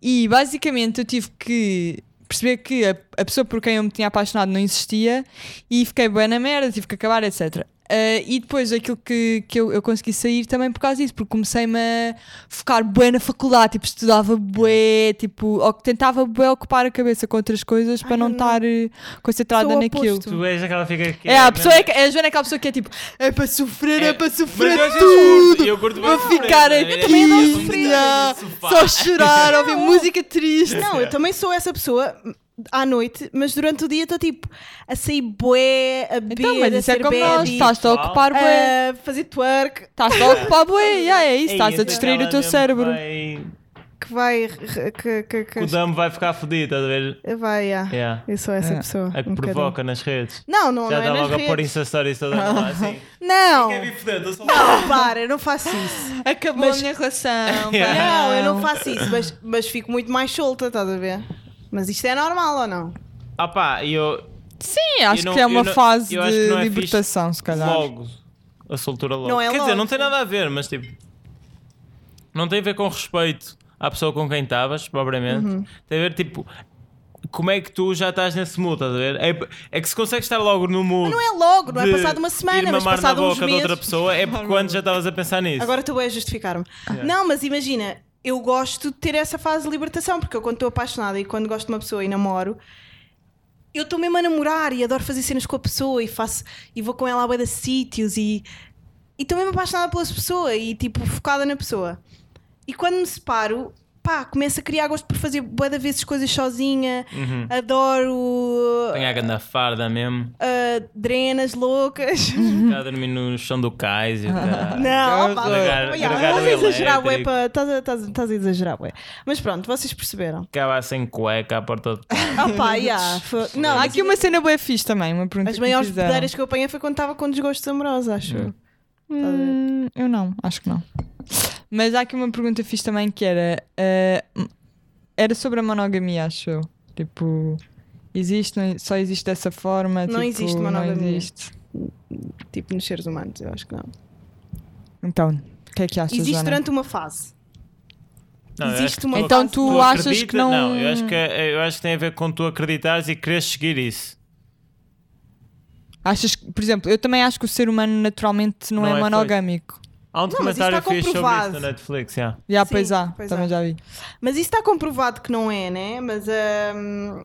E basicamente eu tive que perceber que a, a pessoa por quem eu me tinha apaixonado não existia e fiquei bem na merda, tive que acabar, etc. Ah, e depois aquilo que, que eu, eu consegui sair também por causa disso, porque comecei-me a focar bué na faculdade, tipo, estudava bué, tipo, ou que tentava bué ocupar a cabeça com outras coisas para não
não.
estar eh, concentrada
Sou o
naquilo.
oposto.
Tu és aquela fica que
É, a pessoa é,
mesmo-
que- é a Joana é aquela pessoa que é tipo, é para sofrer, é,
É,
para
Mas
sofrer
eu às vezes curto,
tudo.
eu curto
Para
bem
ficar
sofrer,
aqui,
né? Eu também né? adoro
yeah,
ficar no sofá.
só chorar, ouvir música triste.
Não, eu também sou essa pessoa à noite, mas durante o dia estou tipo a sair bué, a beber,
Então, mas
a
isso é
ser É.
como nós,
baby,
estás-te a
Pessoal.
ocupar bué.
a fazer twerk,
Estás-te a ocupar bué, yeah, é isso,
Ei,
estás a
então
distrair
ela
o teu
mesmo
cérebro.
vai-
que vai... Que, que, que-
O damo vai ficar fodido, estás a ver?
vai, yeah.
Yeah.
Eu sou
É.
essa pessoa.
A É. que
um bocadinho.
provoca nas redes.
Não, não,
Já
não é
dá
nas
logo a pôr
redes.
Insta Stories toda a falar assim.
Não,
Quer vir foder? Estou só
não, para, eu não faço isso.
Acabou a minha relação.
Não, eu não faço isso, mas, mas fico muito mais solta, estás a ver? Mas isto é normal ou não?
Ah pá, e eu
Sim, acho
Eu não-
que é
eu
uma
não-
fase
eu acho que
de
não é fixe
libertação, se calhar.
logo. A soltura logo.
Não é
Quer dizer,
logo,
não tem
sim.
nada a ver, mas tipo. Não tem a ver com respeito à pessoa com quem estavas, propriamente. Tem a ver tipo. Como é que tu já estás nesse mood, estás a ver? É, é que se consegues estar logo no mood.
Não é logo, não é
de
passado uma
ir
semana, mas
mamar
passado
na
uns
boca de outra
meses.
pessoa, é porque quando já estavas a pensar nisso.
Agora estou bem a justificar-me. Não, mas imagina, eu gosto de ter essa fase de libertação, porque eu quando estou apaixonada e quando gosto de uma pessoa e namoro, eu estou mesmo a namorar e adoro fazer cenas com a pessoa e faço e vou com ela a bué de sítios e e estou mesmo apaixonada pela pessoa e tipo focada na pessoa. E quando me separo, pá, começo a criar gosto por fazer bué de vezes coisas sozinha, adoro
Tenho a ganda farda mesmo.
ah, drenas loucas.
Ficar a dormir no chão do cais e o caralho.
Não,
Que
pá,
horror.
yeah,
Gregar- gregar
estás
o
a exagerar, ué,
elétrico.
pá, estás a- estás a- estás a exagerar, ué. Mas pronto, vocês perceberam.
Ficava sem cueca à porta de
Ah pá, yeah, foi- não,
Há
mas
aqui uma cena bué fixe também, uma pergunta
as
que
maiores
fizeram.
pedeiras que eu apanhei foi quando estava com desgostos amorosos, acho. eu.
Hum, eu não, acho que não. Mas há aqui uma pergunta fixe também que era. eh, era sobre a monogamia, acho eu. Tipo, existe, não- só existe dessa forma?
Não
tipo,
existe
não
monogamia.
existe.
Tipo nos seres humanos, eu acho que não.
Então, o que é que achas?
Existe
Ana?
durante uma fase.
Não, eu
Existe
acho que
uma-
Então tu achas
acreditas-
que é- não-
eu acho que, é, eu acho que tem a ver com tu acreditares e quereres seguir isso.
Achas que, por exemplo, eu também acho que o ser humano naturalmente não,
Não
é,
é feito.
monogâmico.
Há um
mas isso
documentário
está
fixe sobre isso
comprovado.
na Netflix, yeah.
Já,
Sim,
pois há,
pois
também
há.
já vi.
Mas isso está comprovado que não é, né? Mas hum,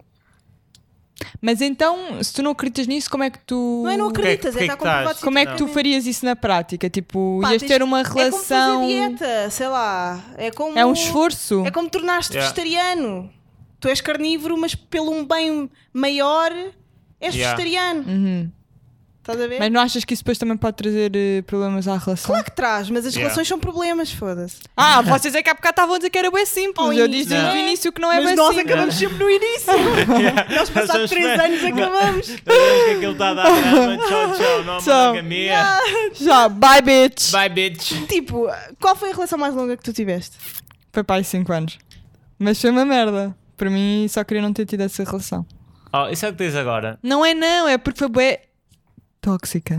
Mas então, se tu não acreditas nisso, como é que tu.
não é não
que é que-
acreditas,
o que é
está
que estás?
comprovado.
como é que tu
cientificamente.
farias isso na prática? Tipo,
Pá,
ias
tens-
ter uma
É
relação.
como fazer dieta, sei lá. É como
É um esforço.
É como tornaste
Yeah.
vegetariano. Tu és carnívoro, mas pelo um bem maior és
Yeah.
vegetariano.
Uhum.
Estás a ver?
Mas não achas que isso depois também pode trazer eh, problemas à relação?
Claro que traz, mas as
Yeah.
relações são problemas, foda-se.
Ah, vocês é que há bocado estavam a dizer que era bem simples.
Ao
Eu
início,
disse
não é?
desde o início que não é
mas
bem
nós
simples.
acabamos sempre no início. nós passados
Somos
3
fãs.
anos acabamos.
Nós vemos que aquilo está a dar drama. Tchau, tchau, não há
Tchau.
monogamia.
Já, bye bitch.
Bye, bitch.
tipo, qual foi a relação mais longa que tu tiveste?
Foi para aí 5 anos. Mas foi uma merda. Para mim, só queria não ter tido essa relação.
Oh, isso é o que tens agora.
Não é não, é porque foi bué tóxica.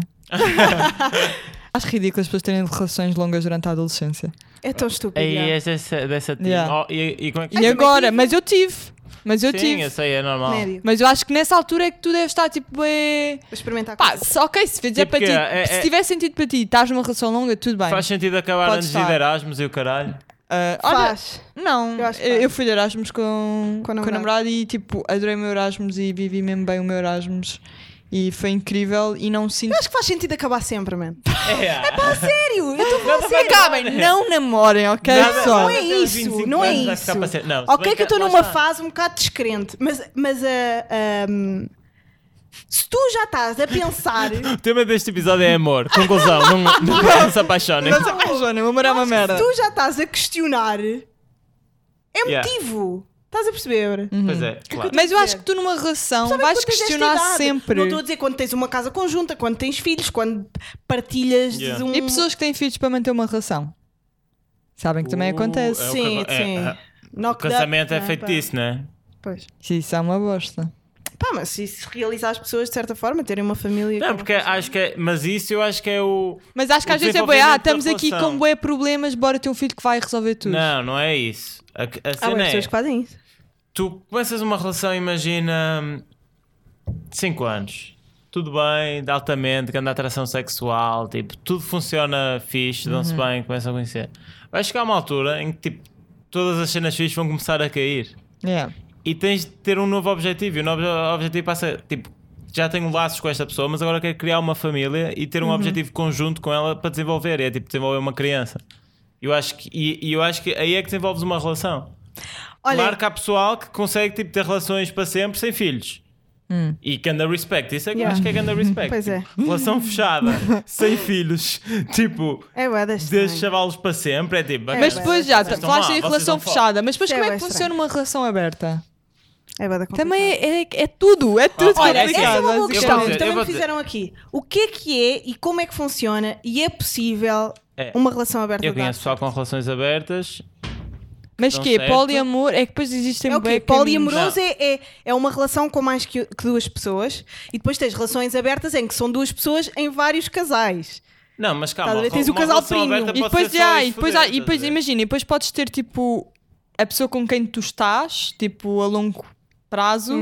Acho ridículo as pessoas terem relações longas durante a adolescência.
É tão estúpido.
Aí
yeah.
és dessa, dessa team.
Yeah.
Oh, e, e como é que
E agora, mas eu tive. Mas eu
Sim,
tive.
eu sei, é normal.
Médio.
Mas eu acho que nessa altura é que tu deves estar tipo. É...
Vou experimentar
Pá,
coisas.
se- ok, se fizer
Tipo
para
que
ti.
é-
se
é-
tiver sentido para ti, estás numa relação longa, tudo bem.
Faz sentido acabar
Pode
antes
estar.
de Erasmus e o caralho.
Ah, olha,
Faz.
Não,
Eu
eu,
acho que faz.
eu fui de Erasmus com,
Com
com,
a
a
namorada.
namorada e tipo, adorei o meu Erasmus e vivi mesmo bem o meu Erasmus e foi incrível e não sinto.
Acho que faz sentido acabar sempre, man.
É,
Sério? Eu estou
Não, sério.
Acabem, não namorem, ok?
Nada-
Não
Só.
nada
é
até aos
isso,
25
não é
anos vai ficar
isso.
para ser- Não, se
Ok,
bem
que eu estou
lá
numa
está.
fase um bocado descrente, mas, mas a. a- se tu já estás a pensar.
O tema deste episódio é amor. Conclusão, não, não, não se apaixonem.
Mas ó, Joana, o amor é uma merda.
Se tu já estás a questionar, é
Yeah.
motivo. Estás a perceber?
Pois é, claro.
Mas eu acho que tu numa relação
Principalmente quando
vais
tens esta
questionar
idade. Não
sempre.
estou a dizer quando tens uma casa conjunta, quando tens filhos, quando partilhas
Yeah.
um.
E pessoas que têm filhos para manter uma relação. Sabem que também
Uh,
acontece.
é o
Sim,
que- é-
sim.
é- O
Knock
casamento
that-
é feito disso, né?
Pois.
Isso é uma bosta.
Pá, mas se isso realizar as pessoas de certa forma, terem uma família.
Não,
com-
porque acho que é. Mas isso eu acho que é o.
Mas acho que
O
às vezes é bué,
desenvolvimento da
ah, estamos aqui
relação.
com bué problemas, bora ter um filho que vai resolver tudo.
Não, não é isso. A, a
Há
cena
bué
é.
Ah, pessoas que fazem isso.
Tu começas uma relação, imagina. 5 anos. Tudo bem, de altamente, grande atração sexual, tipo, tudo funciona fixe,
Uhum.
dão-se bem, começam a conhecer. Vai chegar uma altura em que, tipo, todas as cenas fixes vão começar a cair.
Yeah.
e tens de ter um novo objetivo. E o novo objetivo passa, tipo, já tenho laços com esta pessoa, mas agora quero criar uma família e ter um objetivo conjunto com ela para desenvolver. E é tipo desenvolver uma criança. Eu acho que, e, e eu acho que aí é que desenvolves uma relação.
Olha,
Claro que há pessoal que consegue tipo, ter relações para sempre sem filhos. E ganda respect, isso é que eu
Yeah.
acho que é ganda respect.
Pois é.
Tipo, Relação fechada, sem filhos, tipo,
é bué das
desde
estranho.
chavalos para sempre, é tipo,
É
Mas
bem, vocês
depois já,
estão
falaste
lá,
em
vocês
relação
vão falar.
fechada, mas depois
Isso é
como é que
bem
funciona
estranho.
uma relação aberta?
É bué da complicada.
Também é, é, é tudo, é tudo
Olha,
Olha, Complicado,
essa é uma boa
basicamente.
questão.
Eu vou dizer-
Também
eu
me
vou dizer-
fizeram aqui. O que é que é e como é que funciona e é possível
É.
uma relação aberta
Eu
de dados?
conheço pessoal com relações abertas
Mas
Não
que
certo.
poliamor é que depois existem
É o quê?
bué caminhos.
Poliamoroso é, é, é uma relação com mais que, que duas pessoas e depois tens relações abertas em que são duas pessoas em vários casais.
Não, mas calma.
Estás a ver? Tens o
uma
casal
relação
premium.
aberta
E
pode
depois,
ser só
já,
isso
e depois,
fuder,
há- e depois
estás a ver?
imagina, e depois podes ter tipo a pessoa com quem tu estás, tipo a longo prazo,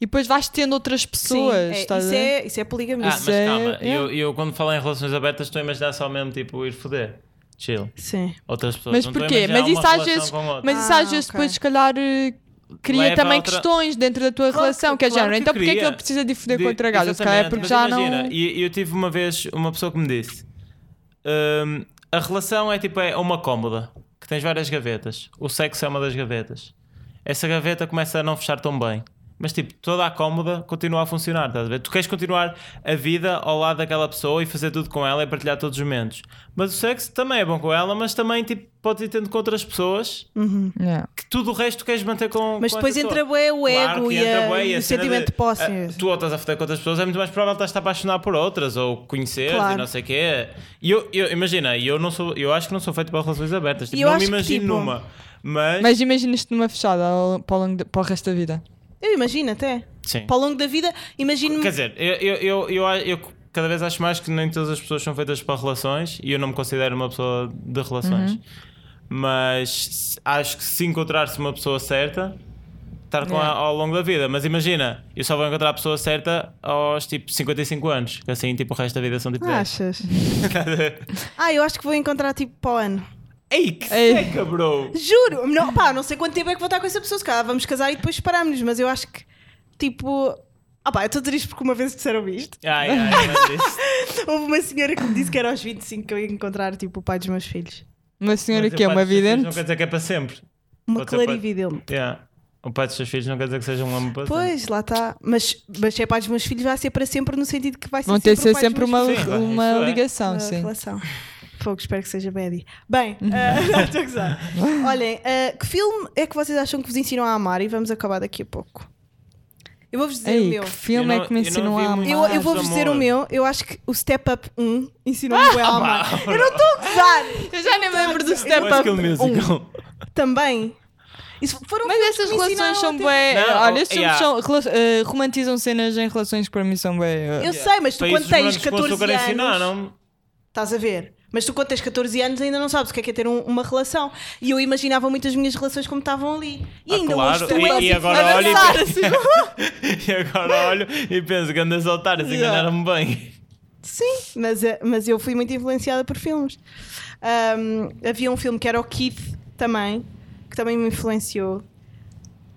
e depois vais tendo outras pessoas.
Hum. Sim, é,
estás a
isso,
ver?
é, isso é poligamia.
Ah,
Isso
mas
é-
calma.
é.
Eu, eu quando falo em relações abertas estou a imaginar só mesmo tipo ir foder. Chill.
Sim.
Outras pessoas.
Mas
Não estou a
porquê?
imaginar uma
Mas isso às
relação
vezes,
com outra.
mas isso
Ah,
às vezes
ok.
depois, se calhar, eh, cria
Leva
também
a outra-
questões dentro da tua
Claro
relação,
que-
que é
claro
género.
que
Então, porquê é que
queria.
ele precisa de foder
De-
com outra gaja? Se calhar é
exatamente,
porque
mas
já
imagina,
não.
E eu tive uma vez uma pessoa que me disse: "Hum, a relação é tipo é uma cômoda que tens várias gavetas. O sexo é uma das gavetas. Essa gaveta começa a não fechar tão bem. Mas tipo, toda a cômoda continua a funcionar, estás a ver? Tu queres continuar a vida ao lado daquela pessoa e fazer tudo com ela e partilhar todos os momentos. Mas o sexo também é bom com ela, mas também tipo, podes ir tendo com outras pessoas
Yeah.
que tudo o resto tu queres manter com
Mas
com
depois
essa
entra
pessoa.
bué o ego
Claro que
e,
entra
a-
bué
e
a
o
cena
sentimento
de-
de posse.
a- Tu ou estás a foder com outras pessoas, é muito mais provável que estás-te a apaixonar por outras, ou conhecer
Claro.
e não sei o quê. E eu, eu- imagina, eu, não sou, eu acho que não sou feito para relações abertas. Tipo,
E eu
não me
acho que,
imagino
tipo,
numa. Mas,
Mas imaginas-te numa fechada ao- para o, longo da- para o resto da vida.
Eu imagino até.
sim.
Para o longo da vida, imagino-me.
Quer dizer, eu, eu, eu, eu, eu cada vez acho mais que nem todas as pessoas são feitas para relações e eu não me considero uma pessoa de relações.
Uhum.
Mas acho que se encontrar-se uma pessoa certa, estar com ela ao longo da vida. Mas imagina, eu só vou encontrar a pessoa certa aos tipo 55 anos, que assim tipo o resto da vida são tipo 10.
Achas? ah, eu acho que vou encontrar tipo para o ano.
Ei, que
Ei.
seca, bro!
Juro, não, pá, não sei quanto tempo é que vou estar com essa pessoa, se calhar vamos casar e depois separamos-nos, mas eu acho que, tipo... Ah pá, eu estou a dizer isto porque uma vez disseram isto.
Ai, ai, mas isso.
Houve uma senhora que me disse que era aos 25 que eu ia encontrar, tipo, o pai dos meus filhos.
Uma senhora
Mas
que é
o pai
uma
dos seus filhos
vidente.
Não quer dizer que é para sempre.
Uma
Pode ser pai-
clarividente.
Yeah. O pai dos seus filhos não quer dizer que seja um homem para sempre.
Pois, lá está. Mas, mas se é pai dos meus filhos vai ser para sempre no sentido que vai ser
Vão ter de
sempre, o
ser
pai
sempre
dos meus
uma,
filhos. Sim, vai,
uma
isso é.
ligação,
Uma
sim.
relação. Fogo, espero que seja Betty. Bem, ah, não estou a gozar. eh, Olhem, ah, que filme é que vocês acham que vos ensinam a amar? E vamos acabar daqui a pouco. Eu vou-vos dizer o
Ei,
meu.
que filme
Eu
é que me
não- eu não vi
ensinou a amar?
muito.
Eu, eu vou-vos
Mas,
dizer o
amor. Ah,
meu. Eu acho que o Step Up 1 ensinou-me a amar. Eu não estou a gostar.
Eu já nem me lembro do Step
Eu acho que é um o
Up. um.
musical.
Também. Isso foram
Mas
filmes
essas
que me
relações
ensinaram
são
a ter-
bem.
Não,
Olha, estes
yeah.
filmes são, rela- eh, romantizam cenas em relações que para mim são bem. eh,
Eu sei, mas tu quando
Países
tens
brancos
14
com açúcar
anos.
ensinaram
Estás a ver? Mas tu quando tens 14 anos ainda não sabes o que é que é ter um- uma relação. E eu imaginava muitas minhas relações como estavam ali. E
Ah,
ainda
claro.
hoje estou
E- e
a-
agora
a
olha e-
dançar, assim.
E agora olho e penso que andas otários,
Yeah.
enganaram-me bem. Ah,
Sim, mas, eh, mas eu fui muito influenciada por filmes. Ahm, havia um filme que era o Keith também, que também me influenciou.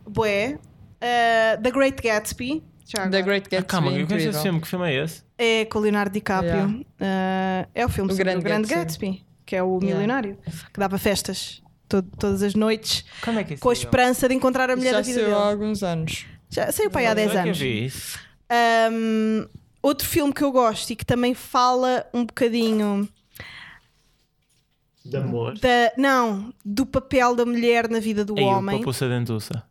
Bué. Ah, The Great Gatsby. já
The
agora.
Great
Ah,
Gatsby.
calma, eu conheço
incrível.
esse filme, que filme é esse?
É com o Leonardo DiCaprio. Ah, é o filme
O
sobre
Grande
o Grande
Gatsby.
Gatsby. que é o
Yeah.
milionário, que dava festas to- todas as noites.
Quando é que é
com a esperança de encontrar a mulher
Já
da vida
saiu
dele.
há alguns anos.
Já saiu para aí há 10
Será é que eu
anos.
vi isso?
Ahm, outro filme que eu gosto e que também fala um bocadinho
De amor.
da não do papel da mulher na vida do
Ei, o
homem.
Papuça Dentuça.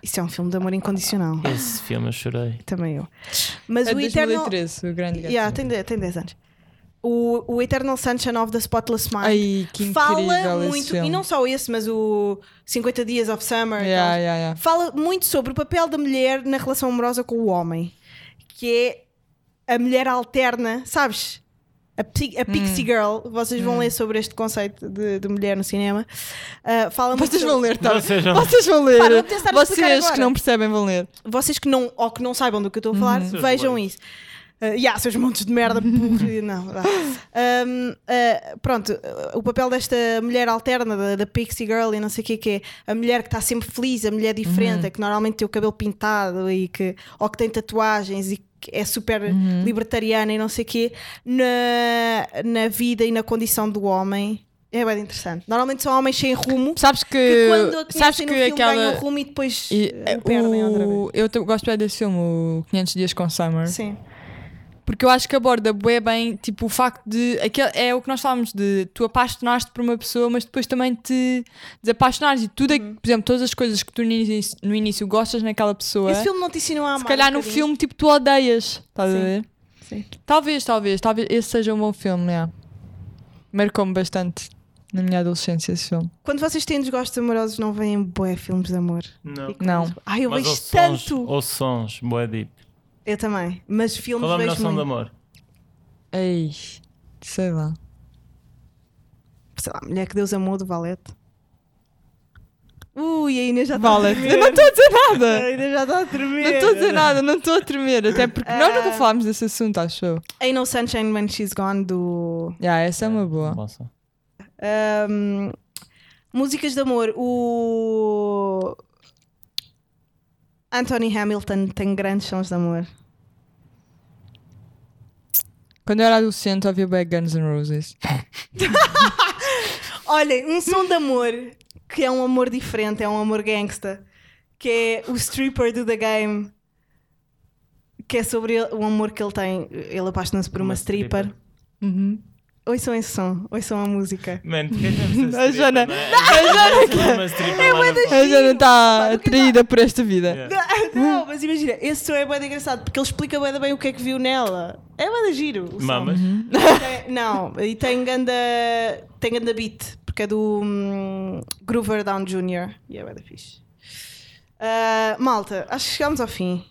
Isso é um filme de amor incondicional.
Esse filme eu chorei.
Também eu. Mas
é
o
de
Eternal.
2013, o grande gato.
Yeah, tem, de- tem 10 anos. O, o Eternal Sunshine of the Spotless Mind
Ai, que
fala
incrível esse
muito,
filme.
e não só esse, mas o 50 Dias of Summer.
Yeah,
aquelas-
yeah, yeah.
fala muito sobre o papel da mulher na relação amorosa com o homem, que é a mulher alterna, sabes? A, pi- a
Hum.
Pixie Girl, vocês vão ler sobre este conceito de, de mulher no cinema. Ah, fala muito
Vocês
sobre-
vão ler, tá?
Vocês vão-
Vocês vão ler.
Para, vou tentar explicar
Vocês que
agora.
não percebem vão ler.
Vocês que não, ou que não saibam do que eu estou a falar,
Uhum.
Seus
vejam
leigos.
isso. Ah, yeah, seus montes de merda, porra, não. dá. Ahm, ah, pronto, ah, o papel desta mulher alterna, da, da Pixie Girl e não sei o que, que é a mulher que está sempre feliz, a mulher
Uhum.
diferente, a que normalmente tem o cabelo pintado e que, ou que tem tatuagens e que é super
Uhum.
libertariana e não sei o quê, na, na vida e na condição do homem. É bem interessante. Normalmente são homens sem rumo.
Sabes
Que
que.
quando a
sabes
conhecem
que
no filme ganham
aquela.
rumo e depois
E,
eh, o perdem outra vez.
o- eu te- gosto bem desse filme, o 500 Dias com Summer,
Sim.
porque eu acho que aborda bué bem tipo, o facto de. Aquele, é o que nós falámos de tu apaixonaste por uma pessoa, mas depois também te desapaixonares e tudo, é
Uhum.
que- por exemplo, todas as coisas que tu no início, no início gostas naquela pessoa,
Esse filme não te ensinou a amar.
é? se calhar
um
no
bocadinho.
filme tipo, tu odeias, estás a
Sim.
ver?
Sim.
Talvez, talvez, talvez esse seja um bom filme, é. Marcou-me bastante na minha adolescência esse filme.
Quando vocês têm desgostos amorosos, não veem bué filmes de amor.
Não.
E quando-
Não.
Ai, eu
Mas
vejo
ouço sons,
tanto.
ouço sons, boa deep.
Eu também. Mas filmes
Qual é a melhor
vejo
som de
muito.
amor?
Ei, sei lá.
Sei lá, Mulher que Deus amou do Valete. Ui, a Inês já está a
Vale,
tremer.
eu não estou a dizer nada.
A Inês já está a
Não
tremer.
estou a dizer nada, não estou a tremer, até porque nós nunca
Ah.
falámos desse assunto, acho eu.
Ain't No Sunshine When She's Gone do...
Yeah, essa é uma boa.
Bom som.
Ahm, músicas de amor. O... Anthony Hamilton tem grandes sons de amor.
Quando eu era adolescente, havia bem Guns N' Roses.
Olhem, um som de amor que é um amor diferente, é um amor gangsta, que é o stripper do The Game, que é sobre ele- o amor que ele tem. Ele apaixona-se por uma,
Uma
stripper.
stripper.
Uhum.
Ouçam esse som, ouçam a música.
Mano, tu queres mesmo ser
A
é stripper,
Joana-
não é?
A
Queres ser uma stripper
É
lá na
Jana- a
Pá,
Jana está
nunca
atraída por esta vida.
Yeah.
Não, mas imagina, esse som é bem engraçado porque ele explica bem, bem o que é que viu nela. É bem giro. o som.
Mamas.
Uhum.
Tem- Não, e tem ganda, tem ganda beat, porque é do hum, Groover Down Jr. E é bué da fixe. Ah, malta, acho que chegámos ao fim.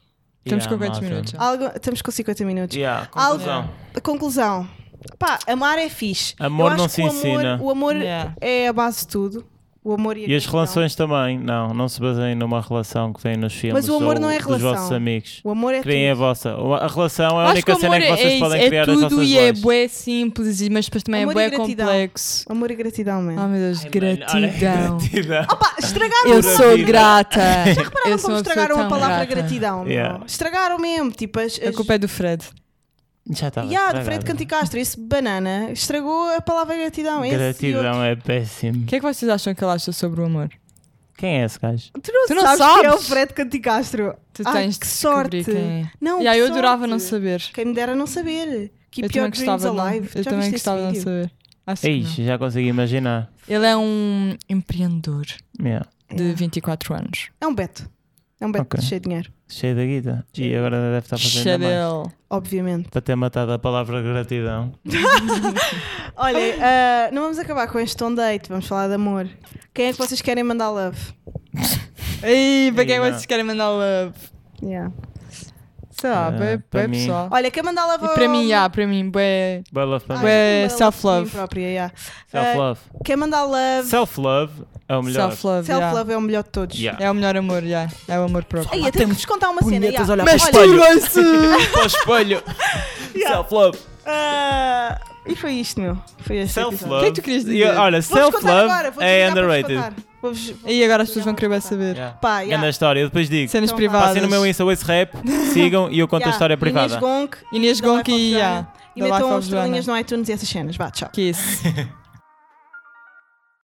Estamos
Yeah,
com quantos
malta.
minutos?
Algo, estamos com 50 minutos.
Yeah,
Algo-
conclusão.
Conclusão. Pá, amar é fixe.
Amor
Eu acho
não
que
se
o amor-
ensina.
O amor
Yeah.
é a base de tudo. O amor e, a
E as
gratidão.
relações também, não, não se baseiem numa relação que têm nos filmes
Mas o amor
ou
não é
dos
relação.
vossos amigos.
O amor é
Criem a
tudo.
vossa. A relação é a
Acho
única
que o amor
cena que
é,
vocês
isso,
podem
é
criar as
tudo
vossas
e é
leis.
bué simples, e- mas depois também
Amor e
é bué
gratidão.
complexo.
Amor e gratidão,
Ah,
mesmo.
meu Deus,
Ai, mano, olha,
gratidão.
gratidão.
Opa, estragaram
Eu
Pura
sou
vida.
grata.
Repararam
Eu
como
sou uma pessoa
estragaram a
tão
palavra
grata.
gratidão. meu?
Yeah.
Estragaram mesmo. Tipo, as.
A
as...
culpa é do Fred.
Já estava
Yeah, do
estragado.
Fred Canticastro, esse banana estragou a palavra gratidão. Esse e
Gratidão é péssimo.
O que é que vocês acham que ele acha sobre o amor?
Quem é esse gajo?
outro. Tu não,
Tu não
sabes, que é o
sabes?
Fred Canticastro.
Tu
Ai,
tens
que
de
sorte.
descobrir quem é.
Não,
e aí
que
eu adorava
sorte.
não saber.
Quem me dera não saber. Keep
eu também
your
gostava,
dreams
de não-
alive.
eu
Já
também
viste esse
gostava de não
vídeo?
saber. Acho que não.
Ixi, já consigo imaginar.
Ele é um empreendedor
Yeah.
de 24 anos.
É um beto. É um beto
Ok.
cheio de dinheiro.
Cheio da guita. E agora deve estar Tá fazendo ainda mais.
Chadel.
Obviamente.
Para ter matado a palavra gratidão.
Olha, ah, não vamos acabar com este on date, vamos falar de amor. Quem é que vocês querem mandar love?
Ei, para quem é
Ei, não.
que vocês querem mandar love?
Yeah.
Sei lá,
Ah,
bué-
para
bué
mim-
pessoal.
Olha, quem mandar love
E para
ao-
mim, yeah, para mim, bué.
Boa love para
Ah,
mim.
mandar
Bué
love
self-love.
a mim própria, yeah.
É
Ah,
Self-love.
Quem mandar love,
Self-love é o melhor.
Self-love. yeah.
self-love é o melhor de todos.
Yeah.
É o melhor amor, yeah. é o amor próprio.
Aí, eu tenho que vos contar uma cena.
punhetas
yeah.
olhar
Mas
Olha-
é
turbam-se!
Para o espelho. Self-love.
Ah, e foi isto, meu. Foi este
Self-love.
O que é que tu querias dizer?
E, Olha,
episódio. Vou-vos contar agora,
self-love
vou-vos
é
ligar para vos
underrated.
contar. Vou-vos-
e agora as pessoas vão querer bem saber.
Yeah.
Pá, yeah.
Grande história, eu depois digo.
Cenas
Então vá.
privadas.
Passem no meu Insta, esse rap, sigam e eu conto a
Yeah.
história
Inês
privada.
Gonk.
Inês
da
Gonk
Life of
e,
Joana.
yeah,
E
da Life
metam
of Joana.
estrelinhas no iTunes e essas cenas. Vá, tchau.
Kiss.